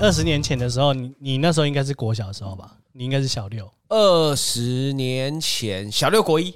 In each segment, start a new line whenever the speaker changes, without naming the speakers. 二十年前的时候，你你那时候应该是国小的时候吧？你应该是小六，
二十年前，小六国一，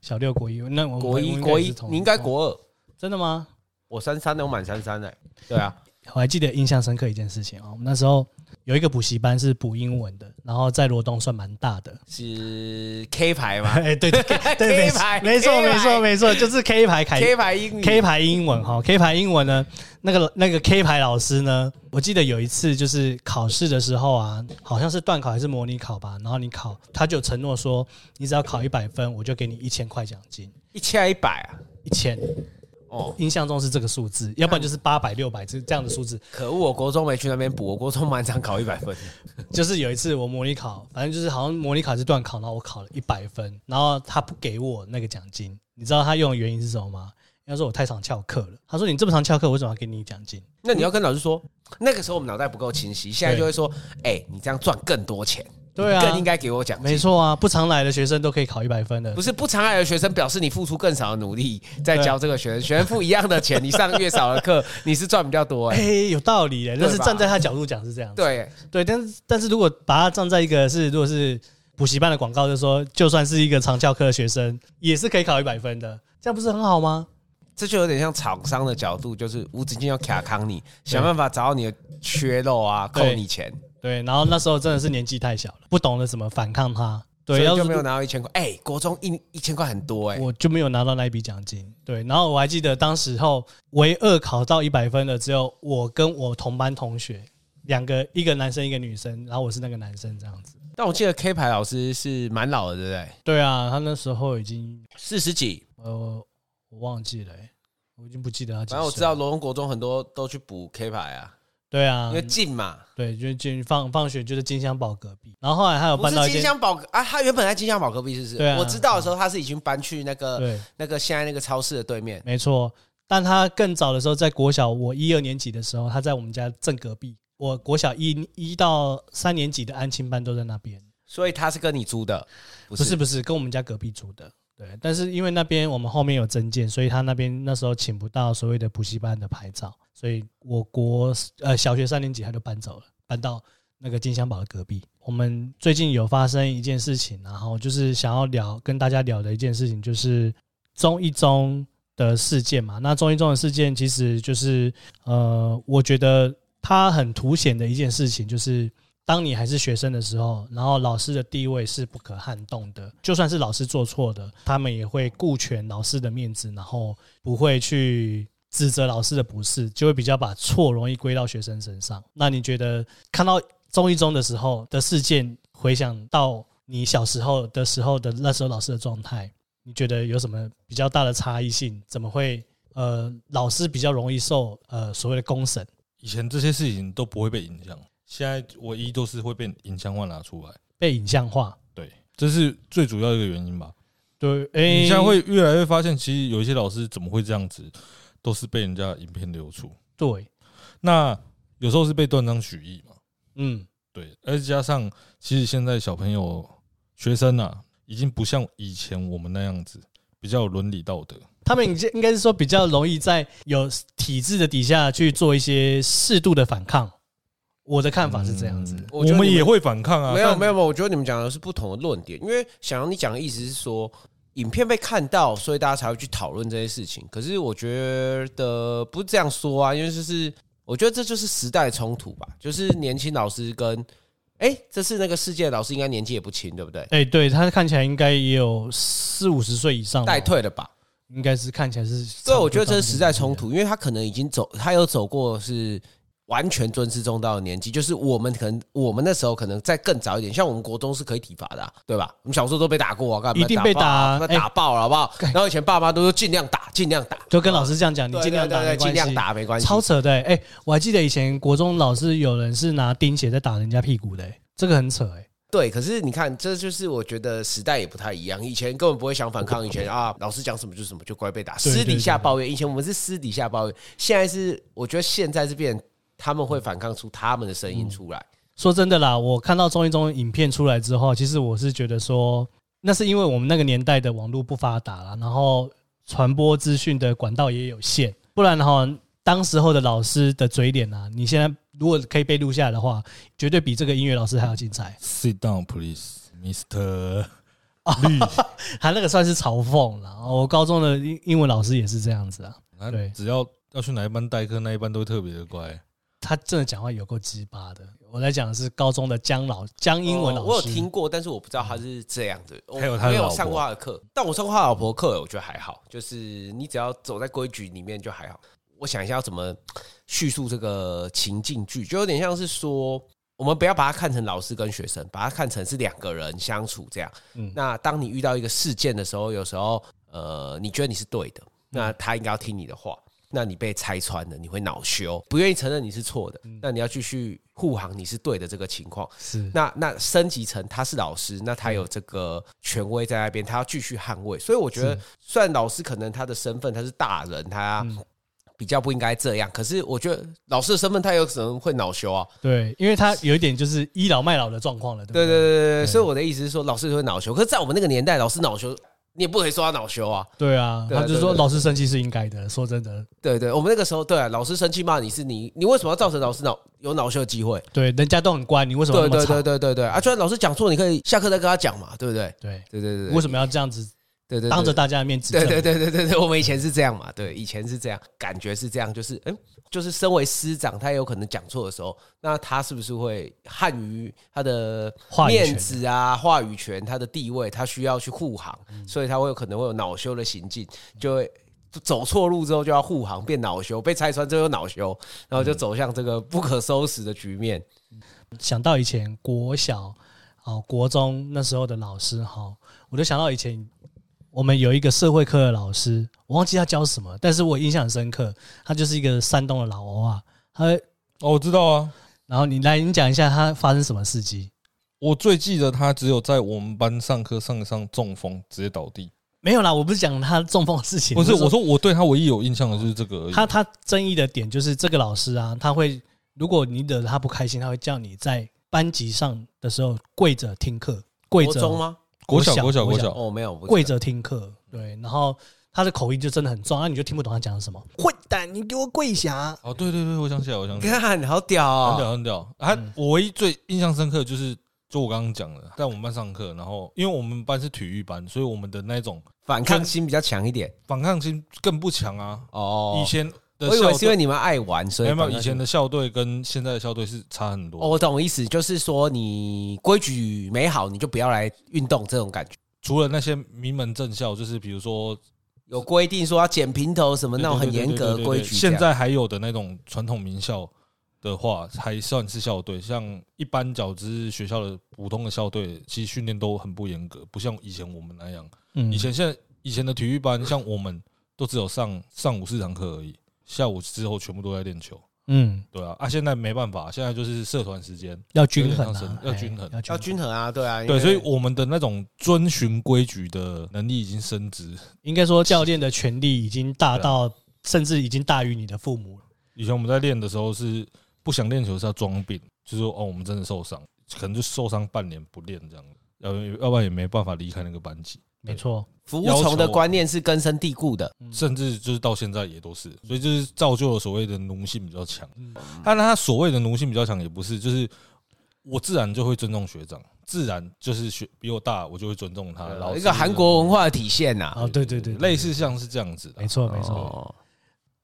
小六国一，那我
国
我哦
一
应该
国
也
一
是，同
你应该国二，
真的吗？
我三三的，我满三三的。对啊，
我还记得印象深刻一件事情哦，我们那时候有一个补习班是补英文的，然后在罗东算蛮大的。
是 K 牌嘛
哎，对对 对，没
K 牌
没错
K 牌
没错没错，就是 K 牌凯
？K 牌英语
K 牌英文哈，K 牌英文呢，那个那个 K 牌老师呢，我记得有一次就是考试的时候啊，好像是段考还是模拟考吧，然后你考，他就承诺说，你只要考一百分，我就给你一千块奖金，
一千一百啊，
一千，
哦，
印象中是这个数字，要不然就是八百、六百这这样的数字。
可恶，我国中没去那边补，我国中满场考一百分的，
就是有一次我模拟考，反正就是好像模拟考还是段考，然后我考了一百分，然后他不给我那个奖金，你知道他用的原因是什么吗？他说我太常翘课了，他说你这么常翘课，我为什么要给你奖金？
那你要跟老师说，那个时候我们脑袋不够清晰，现在就会说，哎，你这样赚更多钱，
嗯对啊
你更应该给我奖
没
金。
错啊，不常来的学生都可以考一百分的
不。是不常来的学生表示你付出更少的努力在教这个学生，学生付一样 的钱，你上越少的课，你是赚比较多哎、
哎、有道理耶！
对吧
但是站在他角度讲是这样子，
对，
对，但是但是如果把他站在一个是如果是补习班的广告，就说就算是一个常教课的学生，也是可以考一百分的，这样不是很好吗？
这就有点像厂商的角度，就是无止境要卡康你，想办法找到你的缺漏啊，
对
扣你钱，
对，然后那时候真的是年纪太小了，不懂得怎么反抗他。对，
所
要
以
是
就没有拿到一千块。哎、国中一一千块很多哎、
我就没有拿到那一笔奖金。对，然后我还记得当时候唯二考到一百分的只有我跟我同班同学两个，一个男生一个女生，然后我是那个男生这样子。
但我记得 K 牌老师是蛮老的，对不对？
对啊，他那时候已经
四十几，
呃我忘记了欸、我已经不记得他几岁。
反正我知道。罗东国中很多都去补 K 牌啊，
对啊
因为，近嘛。
对，就进放放学就是金香堡隔壁，然后后来还有
不
搬
是
到一间
金香堡啊，他原本在金香堡隔壁，是不是？
对啊
我知道的时候，他是已经搬去那个
对，
那个现在那个超市的对面。
没错。但他更早的时候，在国小我一二年级的时候，他在我们家正隔壁。我国小一一到三年级的安亲班都在那边，
所以他是跟你租的，不
不是不是，跟我们家隔壁住的。对，但是因为那边我们后面有增建，所以他那边那时候请不到所谓的补习班的牌照，所以我国呃小学三年级他就搬走了，搬到那个金香堡的隔壁。我们最近有发生一件事情，然后就是想要聊跟大家聊的一件事情，就是中一中的事件嘛。那中一中的事件其实就是呃，我觉得它很凸显的一件事情就是当你还是学生的时候，然后老师的地位是不可撼动的。就算是老师做错的，他们也会顾全老师的面子，然后不会去指责老师的不是，就会比较把错容易归到学生身上。那你觉得看到中一中的时候的事件，回想到你小时候的时候的那时候老师的状态，你觉得有什么比较大的差异性？怎么会呃老师比较容易受呃所谓的公审？
以前这些事情都不会被影响，现在唯一都是会被影像化拿出来。
被影像化，
对，这是最主要一个原因吧。
对，哎、
你现在会越来越发现，其实有一些老师怎么会这样子，都是被人家影片流出。
对，
那有时候是被断章取义嘛。
嗯，
对，而且加上，其实现在小朋友、学生啊，已经不像以前我们那样子，比较有伦理道德。
他们已经应该是说比较容易在有体制的底下去做一些适度的反抗。我的看法是这样子，
嗯
我
我
觉得
们
你们
也会反抗啊。
没有
但
没有没有，我觉得你们讲的是不同的论点，因为想要你讲的意思是说，影片被看到，所以大家才会去讨论这些事情。可是我觉得不是这样说啊，因为就是我觉得这就是时代的冲突吧，就是年轻老师跟哎、这次那个世界老师应该年纪也不轻，对不
哦
对？
哎、对他看起来应该也有四五十岁以上了，
代退了吧？
应该是看起来是差不多
对，
到那个
我
年纪了。
觉得这是时代冲突，因为他可能已经走，他有走过是完全尊师重道的年纪，就是我们可能我们那时候可能再更早一点，像我们国中是可以体罚的啊、对吧？我们小时候都被打过啊，干嘛
一定被打啊
打爆啊
哎
打爆了，好不好？然后以前爸妈都说尽量打，尽量打，
就跟老师这样讲，你
对
尽量打，
对对
没
对尽
关
量
系。
打没关系。
超扯的、欸！哎、我还记得以前国中老师有人是拿钉鞋在打人家屁股的、欸，这个很扯哎、
对，可是你看，这就是我觉得时代也不太一样。以前根本不会想反抗，以前啊，老师讲什么就是什么，就乖被打。
对
私
对
底
对
下抱怨，以前我们是私底下抱怨，现在是我觉得现在是变他们会反抗出他们的声
嗯
音出来。
说真的啦，我看到综艺中影片出来之后，其实我是觉得说，那是因为我们那个年代的网络不发达啦，然后传播资讯的管道也有限，不然哈，当时候的老师的嘴脸啊，你现在如果可以被录下来的话，绝对比这个音乐老师还要精彩。
Sit down, please, Mister 绿。
他那个算是嘲讽了。我高中的英英文老师也是这样子啊，
那
对
只要要去哪一班代课，那一班都会特别的乖。
他真的讲话有够鸡巴的。我在讲的是高中的姜老姜英文老
哦
师，
我有听过，但是我不知道他是这样的。我
嗯还有他的
没有
老婆
上过他的课，但我上过他老婆课，我觉得还好，就是你只要走在规矩里面就还好。我想一下要怎么叙述这个情境剧，就有点像是说，我们不要把它看成老师跟学生，把它看成是两个人相处这样。
嗯
那当你遇到一个事件的时候，有时候呃，你觉得你是对的，那他应该要听你的话。那你被拆穿了，你会恼羞，不愿意承认你是错的。
嗯
那你要继续护航你是对的这个情况。
是
那那升级成他是老师，那他有这个权威在那边，他要继续捍卫。所以我觉得，虽然老师可能他的身份他是大人，他比较不应该这样，可是我觉得老师的身份他有可能会恼羞啊。
对，因为他有一点就是倚老卖老的状况了，对不对？
对对对对对，所以我的意思是说，老师会恼羞。可是，在我们那个年代，老师恼羞，你也不可以说他恼羞啊。
对啊，
对啊
他就说
对对对
老师生气是应该的。说真的，
对对，我们那个时候，对啊，老师生气骂你是你，你为什么要造成老师恼有恼羞的机会？
对，人家都很乖，你为什么
对
那么
对
吵？
对对对对啊！就算老师讲错，你可以下课再跟他讲嘛，对不对？
对
对对对对，
为什么要这样子
对对对
当着大家的面指
对
正？
对对对对对，我们以前是这样嘛，对，以前是这样，感觉是这样，就是嗯，就是身为师长，他有可能讲错的时候，那他是不是会汉于他的
话语权
面子啊、话语权、他的地位，他需要去护航，
嗯
所以他会有可能会有恼羞的行径，就会。走错路之后就要护航，变恼羞，被拆穿之后又恼羞，然后就走向这个不可收拾的局面。
嗯想到以前国小、哦国中那时候的老师哈、我就想到以前我们有一个社会课的老师，我忘记他教什么，但是我印象很深刻，他就是一个山东的老欧啊。他，
哦，我知道啊，
然后你来，你讲一下他发生什么事迹？
我最记得他只有在我们班上课上一上中风，直接倒地。
没有啦，我不是讲他中风的事情，
不是，我说我对他唯一有印象的就是这个而已。
他他争议的点就是这个老师啊，他会如果你惹他不开心，他会叫你在班级上的时候跪着听课，跪
国
着
中吗？
国小
国
国
小
小国
国
小，
哦，没有，不是
跪着听课，对，然后他的口音就真的很重，啊那你就听不懂他讲什么。混蛋，你给我跪 下！啊
哦，对对对，我想起来，我想起来，
看好屌
很
哦！
屌很屌。他
嗯
我唯一最印象深刻的就是，就我刚刚讲的，在我们班上课，然后因为我们班是体育班，所以我们的那种
反抗心比较强一点
反抗性更不强啊。
哦。
以前的
我以
校
为是因为
队，
你们爱玩，所以
没有没有
反而
以前的校队跟现在的校队是差很多
哦，。我懂意思，就是说你规矩没好，你就不要来运动这种感觉。
除了那些名门正校，就是比如说
有规定说要剪平头什么那种很严格的
对对对对对对
规矩这
现
样，
在还有的那种传统名校的话，还算是校队。像一般较之学校的普通的校队，其实训练都很不严格，不像以前我们那样。
嗯
以前现在以前的体育班，像我们都只有上上午四堂课而已，下午之后全部都在练球。
嗯，
对啊，啊，现在没办法，现在就是社团时间，
要均衡
有点
啊
像，是要均衡
哎
要均，衡啊，对啊，因
对，
为
所以我们的那种遵循规矩的能力已经升值。
应该说教练的权力已经大到，
啊
甚至已经大于你的父母了。
以前我们在练的时候是不想练球是要装病，就是说哦，我们真的受伤，可能就受伤半年不练这样，要要不然也没办法离开那个班级，
没错，
服
要
务
求
从的观念是根深蒂固的。
嗯
甚至就是到现在也都是，所以就是造就了所谓的奴性比较强。
嗯
但他所谓的奴性比较强也不是，就是我自然就会尊重学长，自然就是学比我大，我就会尊重他。
啊
老师
嗯一个韩国文化的体现
啊
呐、
哦，对对对，
类似像是这样子的
没，错没错。
哦，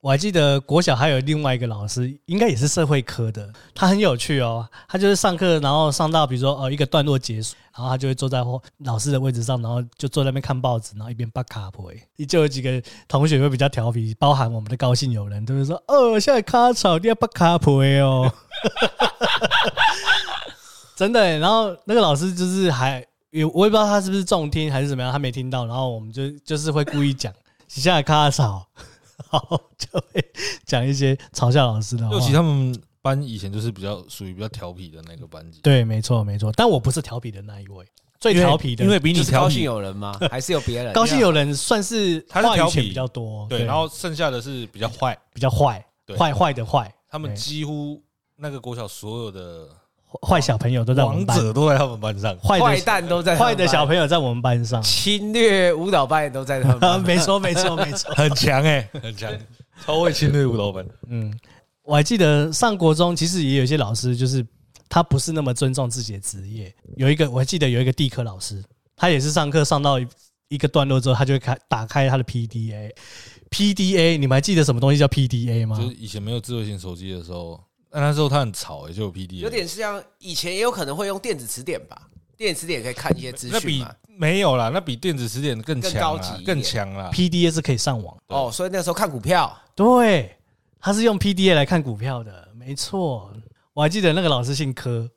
我还记得国小还有另外一个老师，应该也是社会科的，他很有趣哦。他就是上课，然后上到比如说呃一个段落结束，然后他就会坐在后老师的位置上，然后就坐在那边看报纸，然后一边扒卡婆。就有几个同学会比较调皮，包含我们的高兴友人，都会说：“哦，现在卡草，你要扒卡婆 哦。”真的耶，然后那个老师就是还也我也不知道他是不是重听还是怎么样，他没听到，然后我们就就是会故意讲“洗下卡草”， 然后就会讲一些嘲笑老师的话
尤。其他们班以前就是比较属于比较调皮的那个班级。
对，没错没错，但我不是调皮的那一位，最调皮的，
因为比你
就是高
调
兴
皮，
有人 吗？还是有别人？
高兴有人算是
哎他是
话语
调
权
皮
比较多，
对，然后剩下的是比较坏，
比较坏，
对
坏坏的坏，
他们
对
几乎那个国小所有的
坏小朋友都在我们
王
班，
者都在他们班上。
坏
坏
的
蛋都在
坏的小
友，
朋友在我们班上 啊
侵略舞蹈班也都在他们班
没错没错没错，
很强哎、很强，超会侵略舞蹈班。
嗯，我还记得上国中，其实也有一些老师，就是他不是那么尊重自己的职业。有一个我还记得有一个地科老师，他也是上课上到一一个段落之后，他就会开打开他的 PDA。PDA，你们还记得什么东西叫 PDA 吗？
就是以前没有智慧型手机的时候，那那时候它很吵、欸，就有 PDA，
有点像以前也有可能会用电子词典吧，电子词典也可以看一些资
那
讯
比
嘛。
没有啦，那比电子词典更
更
强
高级一
啦，
点
更强啦。
PDA 是可以上网，
哦，所以那时候看股票，
对，他是用 PDA 来看股票的，没错。我还记得那个老师姓柯，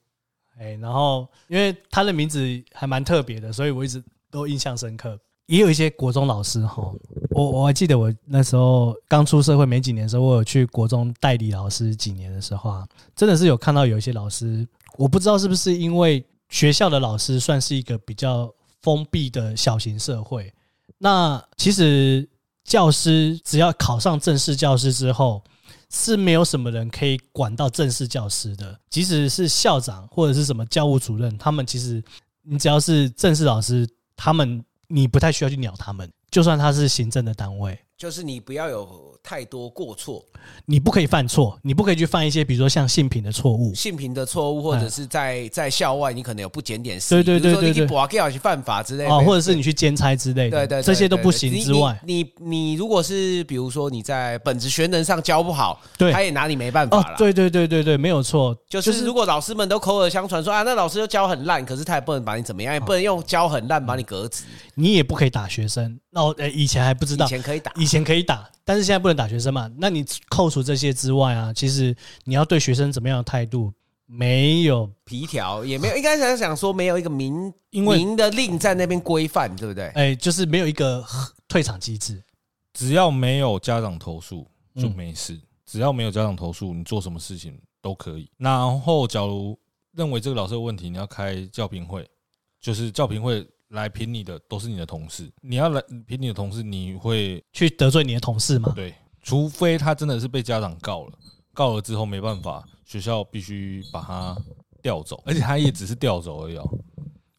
哎、然后因为他的名字还蛮特别的，所以我一直都印象深刻。也有一些国中老师哈，我我还记得我那时候刚出社会没几年的时候，我有去国中代理老师几年的时候啊，真的是有看到有一些老师，我不知道是不是因为学校的老师算是一个比较封闭的小型社会，那其实教师只要考上正式教师之后，是没有什么人可以管到正式教师的。即使是校长或者是什么教务主任，他们其实你只要是正式老师，他们你不太需要去鸟他们。就算他是行政的单位，
就是你不要有太多过错，
你不可以犯错，你不可以去犯一些比如说像性品的错误。
性平的错误，或者是在在校外你可能有不检点事，
对哎对对对
比如
对
说你去 block 去犯法之类的
哦，或者是你去兼差之类的，
对对，对
这些都
对
不
对
行
你
之外，
你你你如果是比如说你在本职学能上教不好，
对
他也拿你没办
哦
法，了。
对对对对对，没有错，
就是如果老师们都口耳相传说啊，那老师就教很烂，可是他也不能把你怎么样，也
哦
不能用教很烂把你革职。
你也不可以打学生。那我呃以前还不知
以
道，
前可以打，
以前可以打，但是现在不能打学生嘛。那你扣除这些之外啊，其实你要对学生怎么样的态度，没有
皮条也没有，应该想想说没有一个明
因为
明的令在那边规范，对不对？
哎、就是没有一个呵退场机制。
只要没有家长投诉就
嗯
没事，只要没有家长投诉，你做什么事情都可以。然后，假如认为这个老师有问题，你要开教评会，就是教评会来评你的都是你的同事，你要来评你的同事，你会
去得罪你的同事嘛？
对，除非他真的是被家长告了，告了之后没办法，学校必须把他调走，而且他也只是调走而已、哦，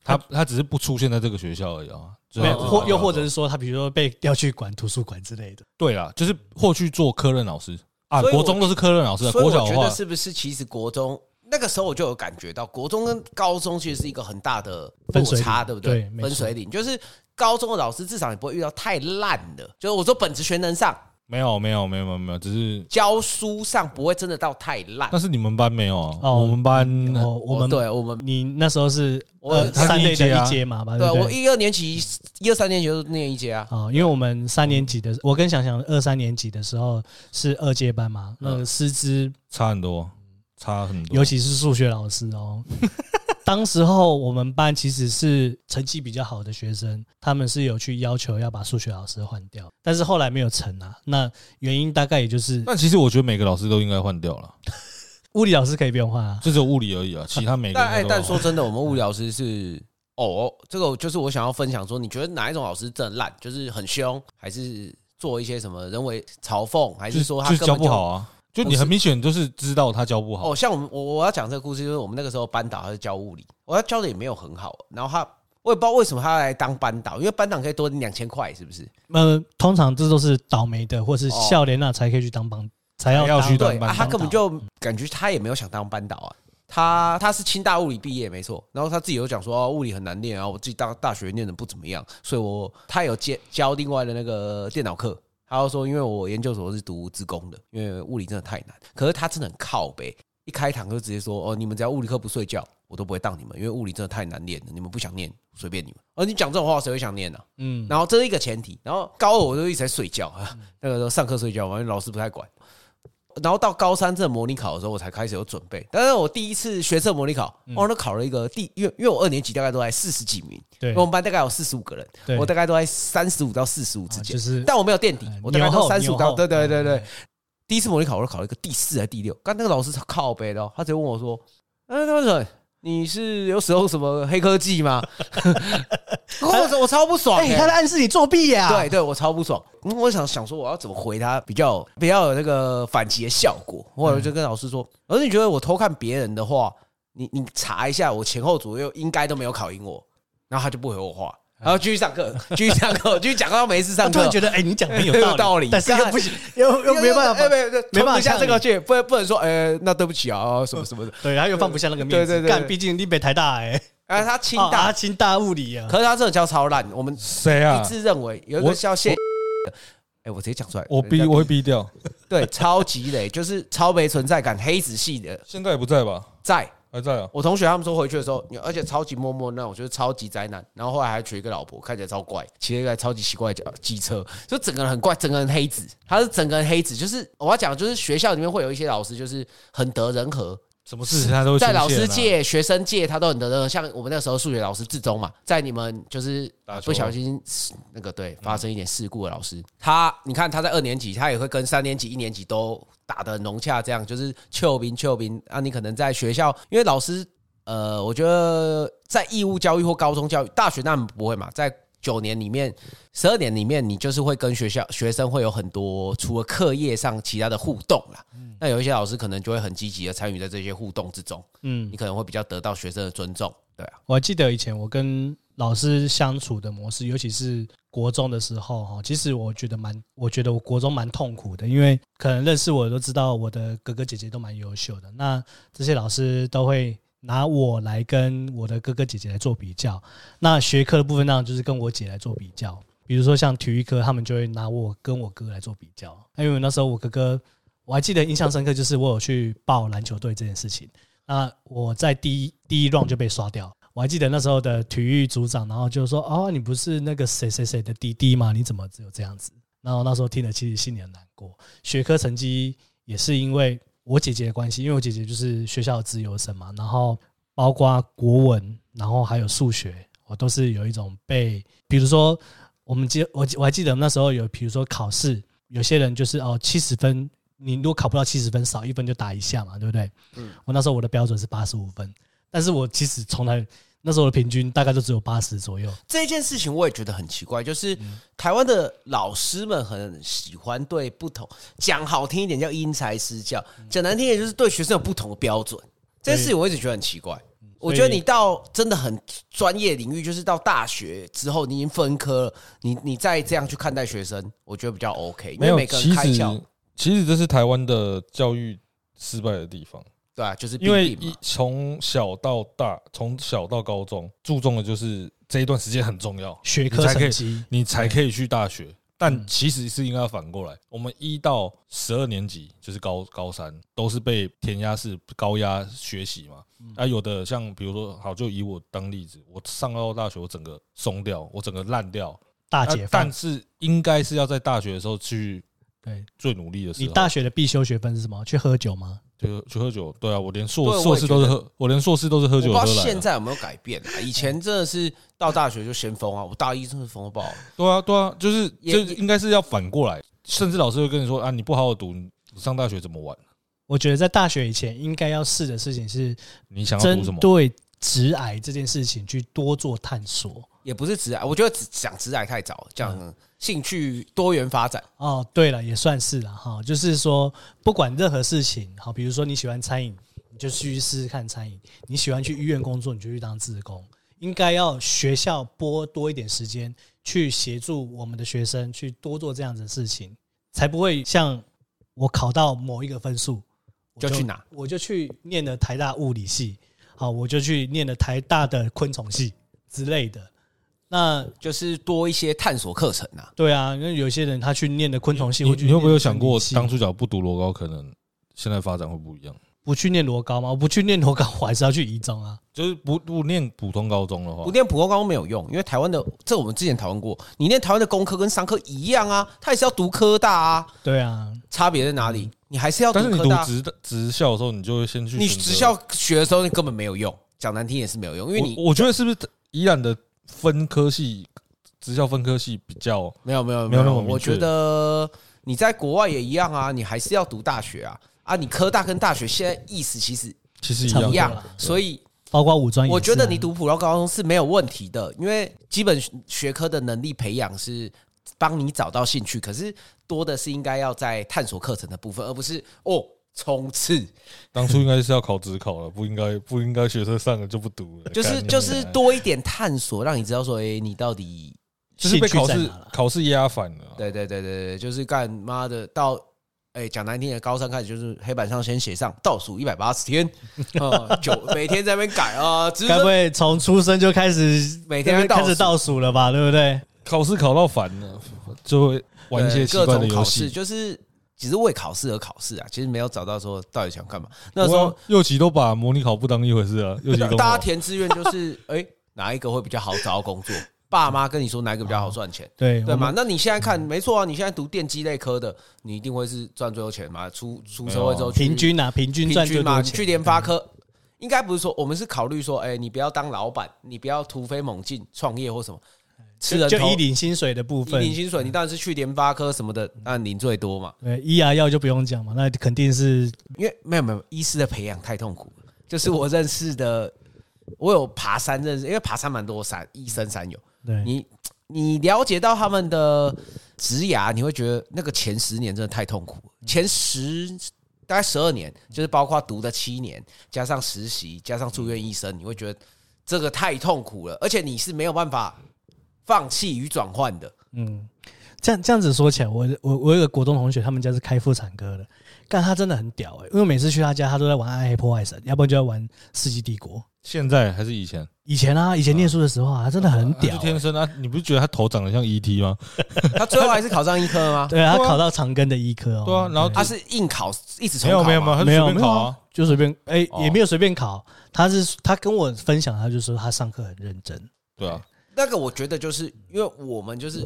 他他只是不出现在这个学校而已、哦，就
没
是
有，
他只是啊
或
把他
又
调
或者
走
是说他比如说被调去管图书馆之类的，
对啦，就是或去做科任老师啊，
所以我
国中都是科任老师啊，
所以
国
我
小
觉
的
得
话
是不是其实国中那个时候我就有感觉到，国中跟高中其实是一个很大的落
分水
差，
岭
对不对？
对没错
分水岭就是高中的老师至少你不会遇到太烂的，就是我说本职全能上
没有没有没有没有没有，只是
教书上不会真的到太烂。
但是你们班没有啊，
哦
我们班
我我
哦
们
对我们
你那时候是
我
呃
他是
三类
一阶
的
啊
一阶嘛吧？
对
对不
我
对？
一二年级、一二三年级都念一届啊，
啊、因为我们三
嗯
年级的，我跟想想二三年级的时候是二阶班嘛，那个
嗯
师资
差很多，差很多，
尤其是数学老师哦。 当时候我们班其实是成绩比较好的学生，他们是有去要求要把数学老师换掉，但是后来没有成啊。那原因大概也就是
但其实我觉得每个老师都应该换掉了，
物理老师可以不用换啊，
就只有物理而已啊，其他每个
但
人
哎，
都
但
要
说真的，我们物理老师是哦，这个就是我想要分享说，你觉得哪一种老师真的烂？就是很凶，还是做一些什么人为嘲讽，还
就是
说他
就是
根
教
本
不
就
好啊，就你很明显就是知道他教不好
哦，，像我们我我要讲这个故事，就是我们那个时候班导他是教物理，我要教的也没有很好，然后他我也不知道为什么他来当班导，因为班长可以多两千块，是不是？
呃，通常这都是倒霉的或是
哦
笑脸那才可以去当帮，才要
才要
当
去当
对
班
啊，他
导
根本就感觉他也没有想当班导啊。他他是清大物理毕业没错，然后他自己有讲说、哦、物理很难念啊，我自己当大学念的不怎么样，所以我他有接教另外的那个电脑课，他就说因为我研究所是读职工的，因为物理真的太难，可是他真的很靠北，一开堂就直接说哦，你们只要物理课不睡觉，我都不会当你们，因为物理真的太难念了，你们不想念随便你们，哦而、你讲这种话谁会想念哦呢、
嗯，
然后这是一个前提，然后高二我就一直在睡觉， 那个时候上课睡觉嘛，因为老师不太管。然后到高三这模拟考的时候，我才开始有准备。但是我第一次学测模拟考，
嗯
我那考了一个第，因为因为我二年级大概都在四十几名，
对
我们班大概有四十五个人，
对
我大概都在三十五到四十五之
啊
间，
就是
但我没有垫底
呃，
我大概都
牛后
三十五到，
牛后
对对对对
嗯。
第一次模拟考，我就考了一个第四还是第六，刚那个老师靠背的哦，他直接问我说：“哎，张准，你是有使用什么黑科技吗？” 我我超不爽、
哎、
欸，
他在暗示你作弊啊呀、
对，对，我超不爽。嗯我想想说，我要怎么回他比较比较有那个反击的效果。后来我就跟老师说，
嗯
老师，你觉得我偷看别人的话，你你查一下，我前后左右应该都没有考赢我。然后他就不回我话，然后继续上课，继续上课，继续讲到没事上
突
课
然觉。得，哎，你讲得很有
很 有
道理，
道理
但是又不行， 又又没办
哎
法，
没
没办法
不下
呛
这个
你
去，不不能说，呃，那对不起啊，哦 什么什么的。
对，他又放不下那个面子，
对对对
干，毕竟你北台大哎，
啊，他清
哦啊
大，
清大物理啊，
可是他真的教超烂。我们
谁啊
一？致认为有一
我
个叫谢，哎，我直接讲出来，
我逼
人家
我会逼掉，
对，超级累，就是超没存在感，黑子系的
现在也不在吧？
在。
还在啊？
我同学他们说回去的时候，而且超级默默那种，就是超级灾难。然后后来还娶一个老婆，看起来超怪，骑了一台超级奇怪的脚机车，就整个人很怪，整个人黑子，他是整个人黑子。就是我要讲，就是学校里面会有一些老师，就是很得人和，
什么事情他都会
在
出
老
现
师
啊
界、学生界，他都很得人和。像我们那时候数学老师志忠嘛，在你们就是
打球
不小心那个对发生一点事故的老师，他你看他在二年级，他也会跟三年级、一年级都打得很融洽，这样就是邱兵邱兵啊。你可能在学校，因为老师呃，我觉得在义务教育或高中教育、大学那不会嘛，在九年里面、十二年里面，你就是会跟学校学生会有很多除了课业上其他的互动啦。
嗯
那有一些老师可能就会很积极的参与在这些互动之中，
嗯
你，可能会比较得到学生的尊重，对啊。
我还记得以前我跟老师相处的模式，尤其是国中的时候哈，其实我觉得蛮，我觉得我国中蛮痛苦的，因为可能认识我的都知道我的哥哥姐姐都蛮优秀的，那这些老师都会拿我来跟我的哥哥姐姐来做比较，那学科的部分当然就是跟我姐来做比较，比如说像体育科，他们就会拿我跟我哥来做比较，因为那时候我哥哥。我还记得印象深刻，就是我有去报篮球队这件事情。那我在第一第一 round 就被刷掉。我还记得那时候的体育组长，然后就说：“哦，你不是那个谁谁谁的弟弟吗？你怎么只有这样子？”然后那时候听了，其实心里很难过。学科成绩也是因为我姐姐的关系，因为我姐姐就是学校的资优生嘛，然后包括国文，然后还有数学，我都是有一种被，比如说我们记我我还记得那时候有，比如说考试，有些人就是哦七十分，你如果考不到七十分，少一分就打一下嘛，对不对？我那时候我的标准是八十五分，但是我其实从来那时候的平均大概都只有八十左右。
这件事情我也觉得很奇怪，就是
嗯
台湾的老师们很喜欢对不同讲好听一点叫因材施教，
嗯
讲难听一点就是对学生有不同的标准。这件事情我一直觉得很奇怪。
嗯
我觉得你到真的很专业领域，就是到大学之后，你已经分科了，你你再这样去看待学生，我觉得比较 OK，因
没
为
有
每，个
其
人开
实
窍，
其实这是台湾的教育失败的地方，
对啊，就是
因为
必定
一
嘛
从小到大，从小到高中，注重的就是这一段时间很重要，
学
你
科
才可以
成绩，
你才可以去大学。
嗯
但其实是应该反过来，我们一到十二年级就是高高三，都是被填鸭式高压学习嘛。
嗯
啊，有的像比如说，好，就以我当例子，我上到大学，我整个松掉，我整个烂掉。
大
啊
解放
但。是应该是要在大学的时候去
对
最努力的时
你
候。
大学的必修学分是什么？去喝酒吗？
就去喝酒，对啊，我连
对我
硕
也
硕士都是喝，我连硕士都是喝
我不
酒
知
喝
道
来
现
的。
在有没有改变啊？以前真的是到大学就先疯啊，我大一真的疯到爆。
对啊，对啊，就是
也
就
也
应该是要反过来，甚至老师会跟你说啊，你不好好读，你上大学怎么玩？
我觉得在大学以前应该要试的事情是
你想要
针
读什么？
对直癌这件事情去多做探索。
也不是直癌，我觉得只讲直癌太早，讲、
嗯
兴趣多元发展，
哦，对了，也算是了哈，就是说不管任何事情，好，比如说你喜欢餐饮，你就去试试看餐饮；你喜欢去医院工作，你就去当志工。应该要学校拨多一点时间去协助我们的学生去多做这样子的事情，才不会像我考到某一个分数，我
就去哪？
我就去念了台大物理系，好，我就去念了台大的昆虫系之类的。那
就是多一些探索课程啊。
对啊，那有些人他去念的昆虫系，
你
或去
你会不会有
念
想
森
过
林，系
当初假如不读罗高，可能现在发展会不一样？
不去念罗高吗？我不去念罗高， 我还是要去移中啊。
就是不不念普通高中的话
我，念普通高中没有用，因为台湾的这我们之前讨论过，你念台湾的工科跟商科一样啊，它也是要读科大啊，
对啊，
差别在哪里？你还是要读
嗯但是你
科
读
大，
职的职校的时候，你就会先去
你
选择
职校学的时候你根本没有用，讲难听也是没有用，因为你
我我觉得是不是宜兰的分科系职校分科系比较
没有没有
没有那么明确
我觉得你在国外也一样啊，你还是要读大学啊啊，你科大跟大学现在意思其实
其实一
差不多
一
样的，
样
啦，
所以
包括五专也是啊、
我觉得你读普通高中是没有问题的，因为基本学科的能力培养是帮你找到兴趣，可是多的是应该要在探索课程的部分，而不是哦冲刺，
当初应该是要考职考了，不应该不应该学生上了就不读了，
就是
干你
就是
啊
娘
多一点探索，让你知道说，哎，你到底
就是被
兴
考
趣在
试
哪了？
考试压反了啊。
对对对对对，就是干妈的到。哎，讲难听点，高三开始就是黑板上先写上倒数一百八十天，啊， 九每天在那边改啊，只
该不会从出生就开始
每天在倒数
开始倒数了吧？对不对？
考试考到烦了，就会玩一些
呃
奇
各
怪的
种
游
考试，
戏。
就是只是为考试而考试啊，其实没有找到说到底想干嘛。那时
我
候
右啊起都把模拟考不当一回事 啊，右起跟
大家
我
填志愿就是， 哎、哪一个会比较好找到工作？爸妈跟你说哪一个比较好赚钱，
对
哎
对
我
吗
们？
那你现在看，没错啊，你现在读电机类科的，你一定会是赚最多钱嘛？出出社会之后去
平均啊，平均
平
赚最
均嘛，
多
你去
钱。
联发科。应该不是说我们是考虑说，哎、你不要当老板，你不要突飞猛进创业或什么，吃人
就
头
以领薪水的部
你
分，
领薪水，你当然是去联发科什么的，当然领最多嘛。
对医牙药就不用讲嘛，那肯定是
因为没有没有医师的培养太痛苦了，就是我认识的，我有爬山认识，因为爬山蛮多山，医生山友，
对
你你了解到他们的职涯，你会觉得那个前十年真的太痛苦了，前十大概十二年，就是包括读的七年，加上实习，加上住院医生，你会觉得这个太痛苦了，而且你是没有办法放弃与转换的。
嗯。这样这样子说起来，我我我有个国中同学，他们家是开妇产科的，但他真的很屌哎、因为我每次去他家，他都在玩《暗黑破坏神》，要不然就在玩《世纪帝国》。
现在还是以前，
以前啊，以前念书的时候啊，他真的
哦
很
他
屌
就
欸、
天生啊！你不是觉得他头长得像 ET 吗？
他最后还是考上医科了 吗？
对啊，他
对啊
考到长庚的医科哦。
对啊，然后
他是硬考，一直重
没
考
有
吗
没有没有，他
没有
就随便
没有
考
啊
啊。，
就随便哎、
哦
也没有随便考。他是他跟我分享，他就说他上课很认真。
对啊，
那个我觉得就是因为我们就是，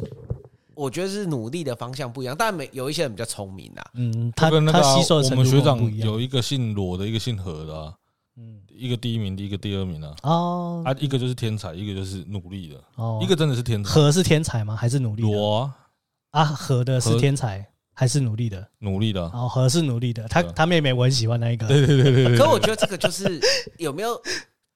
我觉得是努力的方向不一样，但没有一些人比较聪明啊啦。
嗯，
就
他
跟那个
他
啊
吸收的
我
程
们
度
学
跟我
长
不一样。
有一个姓罗的，一个姓何的啊，
嗯
一个第一名，一个第二名啊。
嗯
哦
啊，一个就是天才，一个就是努力的，
哦，
一个真的是天才。
和是天才吗？还是努力的？
罗啊，
啊，和的是
和
天才还是努力的？
努力的啊，
哦，和是努力的。他
对啊
他妹妹我很喜欢那一个。
对对对对对
可我觉得这个就是有没有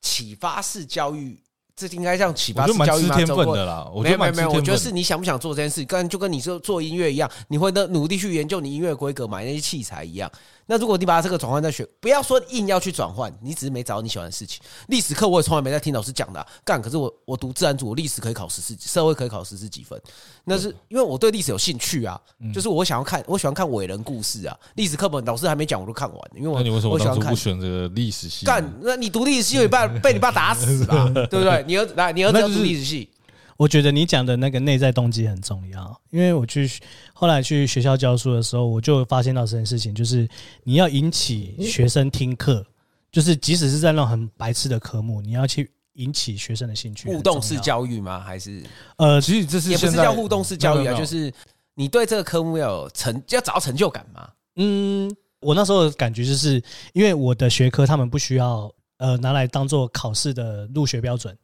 启发式教育，这应该叫启
我
发
觉
式
得蛮
教育
吃
吗？
天
走
分
过
的啊啦，我
没
觉得
有没有没
蛮吃天
有，
分
我
的。
觉得是你想不想做这件事，跟就跟你做做音乐一样，你会的努力去研究你音乐规格，买那些器材一样。那如果你把这个转换在学，不要说硬要去转换，你只是没找到你喜欢的事情。历史课我也从来没在听老师讲的、啊，干，可是我我读自然组，我历史可以考十四，社会可以考十四几分，那
嗯
是因为我对历史有兴趣啊，就是我想要看，我喜欢看伟人故事啊，历史课本老师还没讲我都看完，因为我
那你为什么
我喜
当
欢
初
看
不。选这个历史系呢？
干，那你读历史系，你爸被你爸打死 吧，对不对？你儿子来，你儿子要读
那就是
历史系，
我觉得你讲的那个内在动机很重要，因为我去后来去学校教书的时候，我就发现到这件事情，就是你要引起学生听课，就是即使是在那种很白痴的科目，你要去引起学生的兴趣。
互动式，教育吗？还是
呃，
其实这是
也不是
现在
叫互动式教育
没有
啊，
没有
就是你对这个科目要有成，要找到成就感嘛。
嗯，我那时候的感觉就是，因为我的学科他们不需要呃拿来当做考试的入学标准，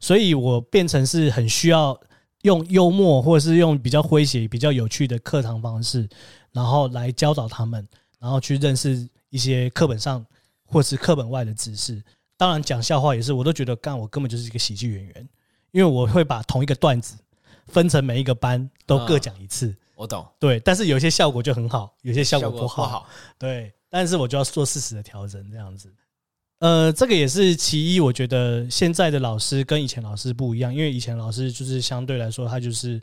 所以我变成是很需要用幽默或者是用比较诙谐、比较有趣的课堂方式，然后来教导他们，然后去认识一些课本上或是课本外的知识。当然讲笑话也是，我都觉得干我根本就是一个喜剧演员，因为我会把同一个段子分成每一个班都各
啊
讲一次。
我懂，
对，但是有些效果就很好，有些效果不
不
好。，对，但是我就要做适时的调整，这样子。呃，这个也是其一，我觉得现在的老师跟以前老师不一样，因为以前老师就是相对来说，他就是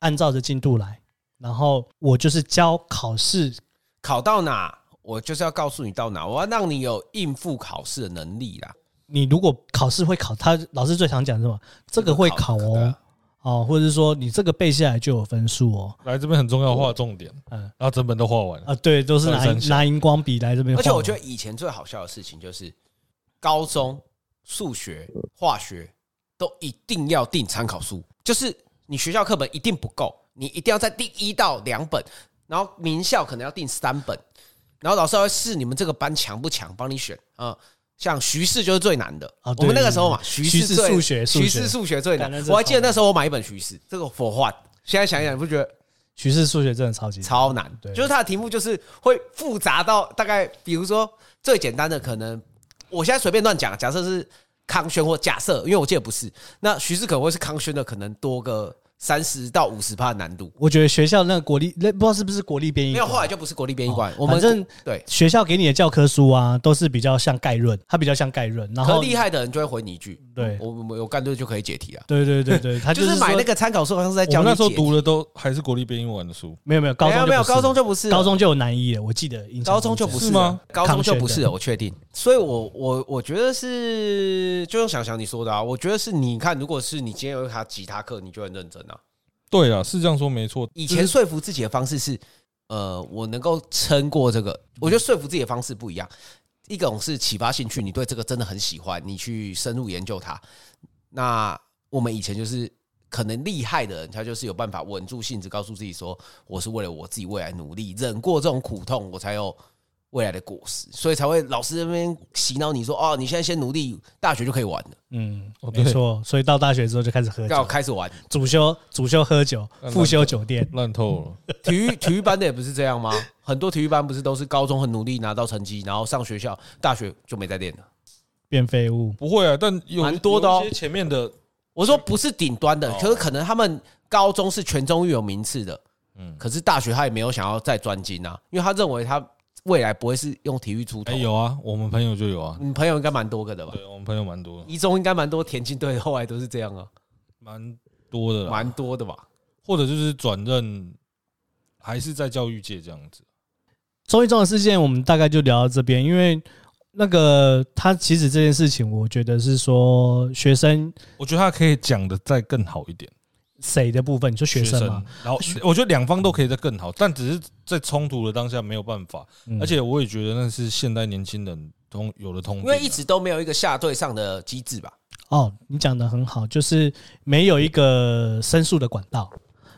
按照着进度来，然后我就是教考试，
考到哪，我就是要告诉你到哪，我要让你有应付考试的能力啦。
你如果考试会考，他老师最常讲是什么？这个会考
这个对
哦
啊，
哦，或者是说你这个背下来就有分数哦，
来这边很重要，画重点，
嗯
嗯，然后整本都画完了，
啊，对，都是
二
拿
三小
拿荧光笔来这边画，哦
而且我觉得以前最好笑的事情就是，高中数学、化学都一定要订参考书，就是你学校课本一定不够，你一定要再订一到两本，然后名校可能要订三本，然后老师还会试你们这个班强不强，帮你选啊。像徐氏就是最难的，
啊对
我们那个时候嘛，
对对
徐
徐
氏
氏
最
数学数学
徐氏数学最难
感觉。是
我还记得那时候我买一本徐氏，这个 for what？现在想一想，你不觉得
徐氏数学真的超级
超难，
对
就是它的题目就是会复杂到大概，比如说最简单的可能，我现在随便乱讲，假设是康轩或假设，因为我记得不是，那徐志可能会是康轩的可能多个三十到五十趴难度。
我觉得学校那个国立，那不知道是不是国立编译
没
馆，
有，后来就不是国立编译馆，我
哦反
们
正
对。
学校给你的教科书啊，都是比较像概论，它比较像概论，然
可啊
后
厉害的人就会回你一句，
对
我我有干对就可以解题啊，
对对对对，他
就是
说
买那个参考书，好像是在
我
教
们
你
那时候
解
读的都还是国立编译馆的书，
没有没有高
没
中
有
就
没有，
不是
高中就不是了
高中就有南一了，我记得印象
高中就不
这
是
样
是吗
了高中就不
康
是
轩
了，
的
我确定。所以我，我我觉得是，就像想想你说的啊，我觉得是你看，如果是你今天有一堂吉他课，你就很认真啊。
对啊，是这样说没错。
以
就
前
是
说服自己的方式是，呃，我能够撑过这个。
嗯
我觉得说服自己的方式不一样，一种是启发兴趣，你对这个真的很喜欢，你去深入研究它。那我们以前就是可能厉害的人，他就是有办法稳住性子，告诉自己说，我是为了我自己未来努力，忍过这种苦痛，我才有。未来的果实，所以才会老师那边洗脑你说哦，你现在先努力，大学就可以玩了，
嗯，
哦对
没错，所以到大学之后就开始喝
要
酒，
开始玩。
主修主修喝酒，
嗯
副修酒店，
烂透了，
体育体育班的也不是这样吗？很多体育班不是都是高中很努力拿到成绩，然后上学校大学就没再练了。
变废物。
不会啊，但有
蛮多的哦
有一些前面的
我说不是顶端的
哦，
可是可能他们高中是全中域有名次的，
嗯
可是大学他也没有想要再专精啊，因为他认为他未来不会是用体育出头
哎。有啊，我们朋友就有啊，
你朋友应该蛮多个的吧？
对我们朋友蛮多的，
一中应该蛮多田径队，后来都是这样啊，
蛮多的啦，
蛮多的吧？
或者就是转任，还是在教育界这样子。
周一中的事件，我们大概就聊到这边，因为那个他其实这件事情，我觉得是说学生
我觉得他可以讲的再更好一点，
谁的部分，你说学生嘛，，
然后我觉得两方都可以再更好，但只是在冲突的当下没有办法，
嗯
而且我也觉得那是现代年轻人通有的通病
因
啊，
为一直都没有一个下对上的机制吧。
哦，你讲的很好，就是没有一个申诉的管道，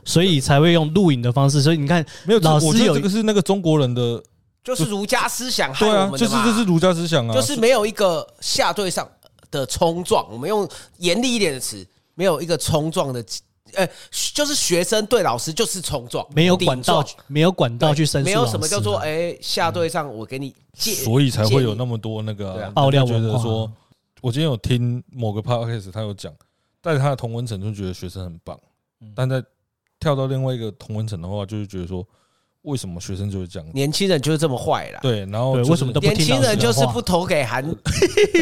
所以才会用录影的方式。所以你看，
没有这
老师
我觉得
有
这个是那个中国人的，
就是儒家思想害
对
我
啊
们，的
就是
嘛
这是儒家思想啊，
就是没有一个下对上的冲撞。我们用严厉一点的词，没有一个冲撞的，呃，就是学生对老师就是冲撞，
没有管道
顶撞，
没有管道去申诉
没
老师啊，
有什么叫做哎、下对上，我给你借，
嗯
所以才会有
借
那么多那个
对啊
啊
爆料
就觉
文
得
化
说，我今天有听某个 podcast，他有讲，但是他的同文层就觉得学生很棒，但在跳到另外一个同文层的话，就是觉得说，为什么学生就是这样？
年轻人就是这么坏啦。
对，然后
对
就是
为什么都不
年
听
轻
老师的话
人就是不投 给韩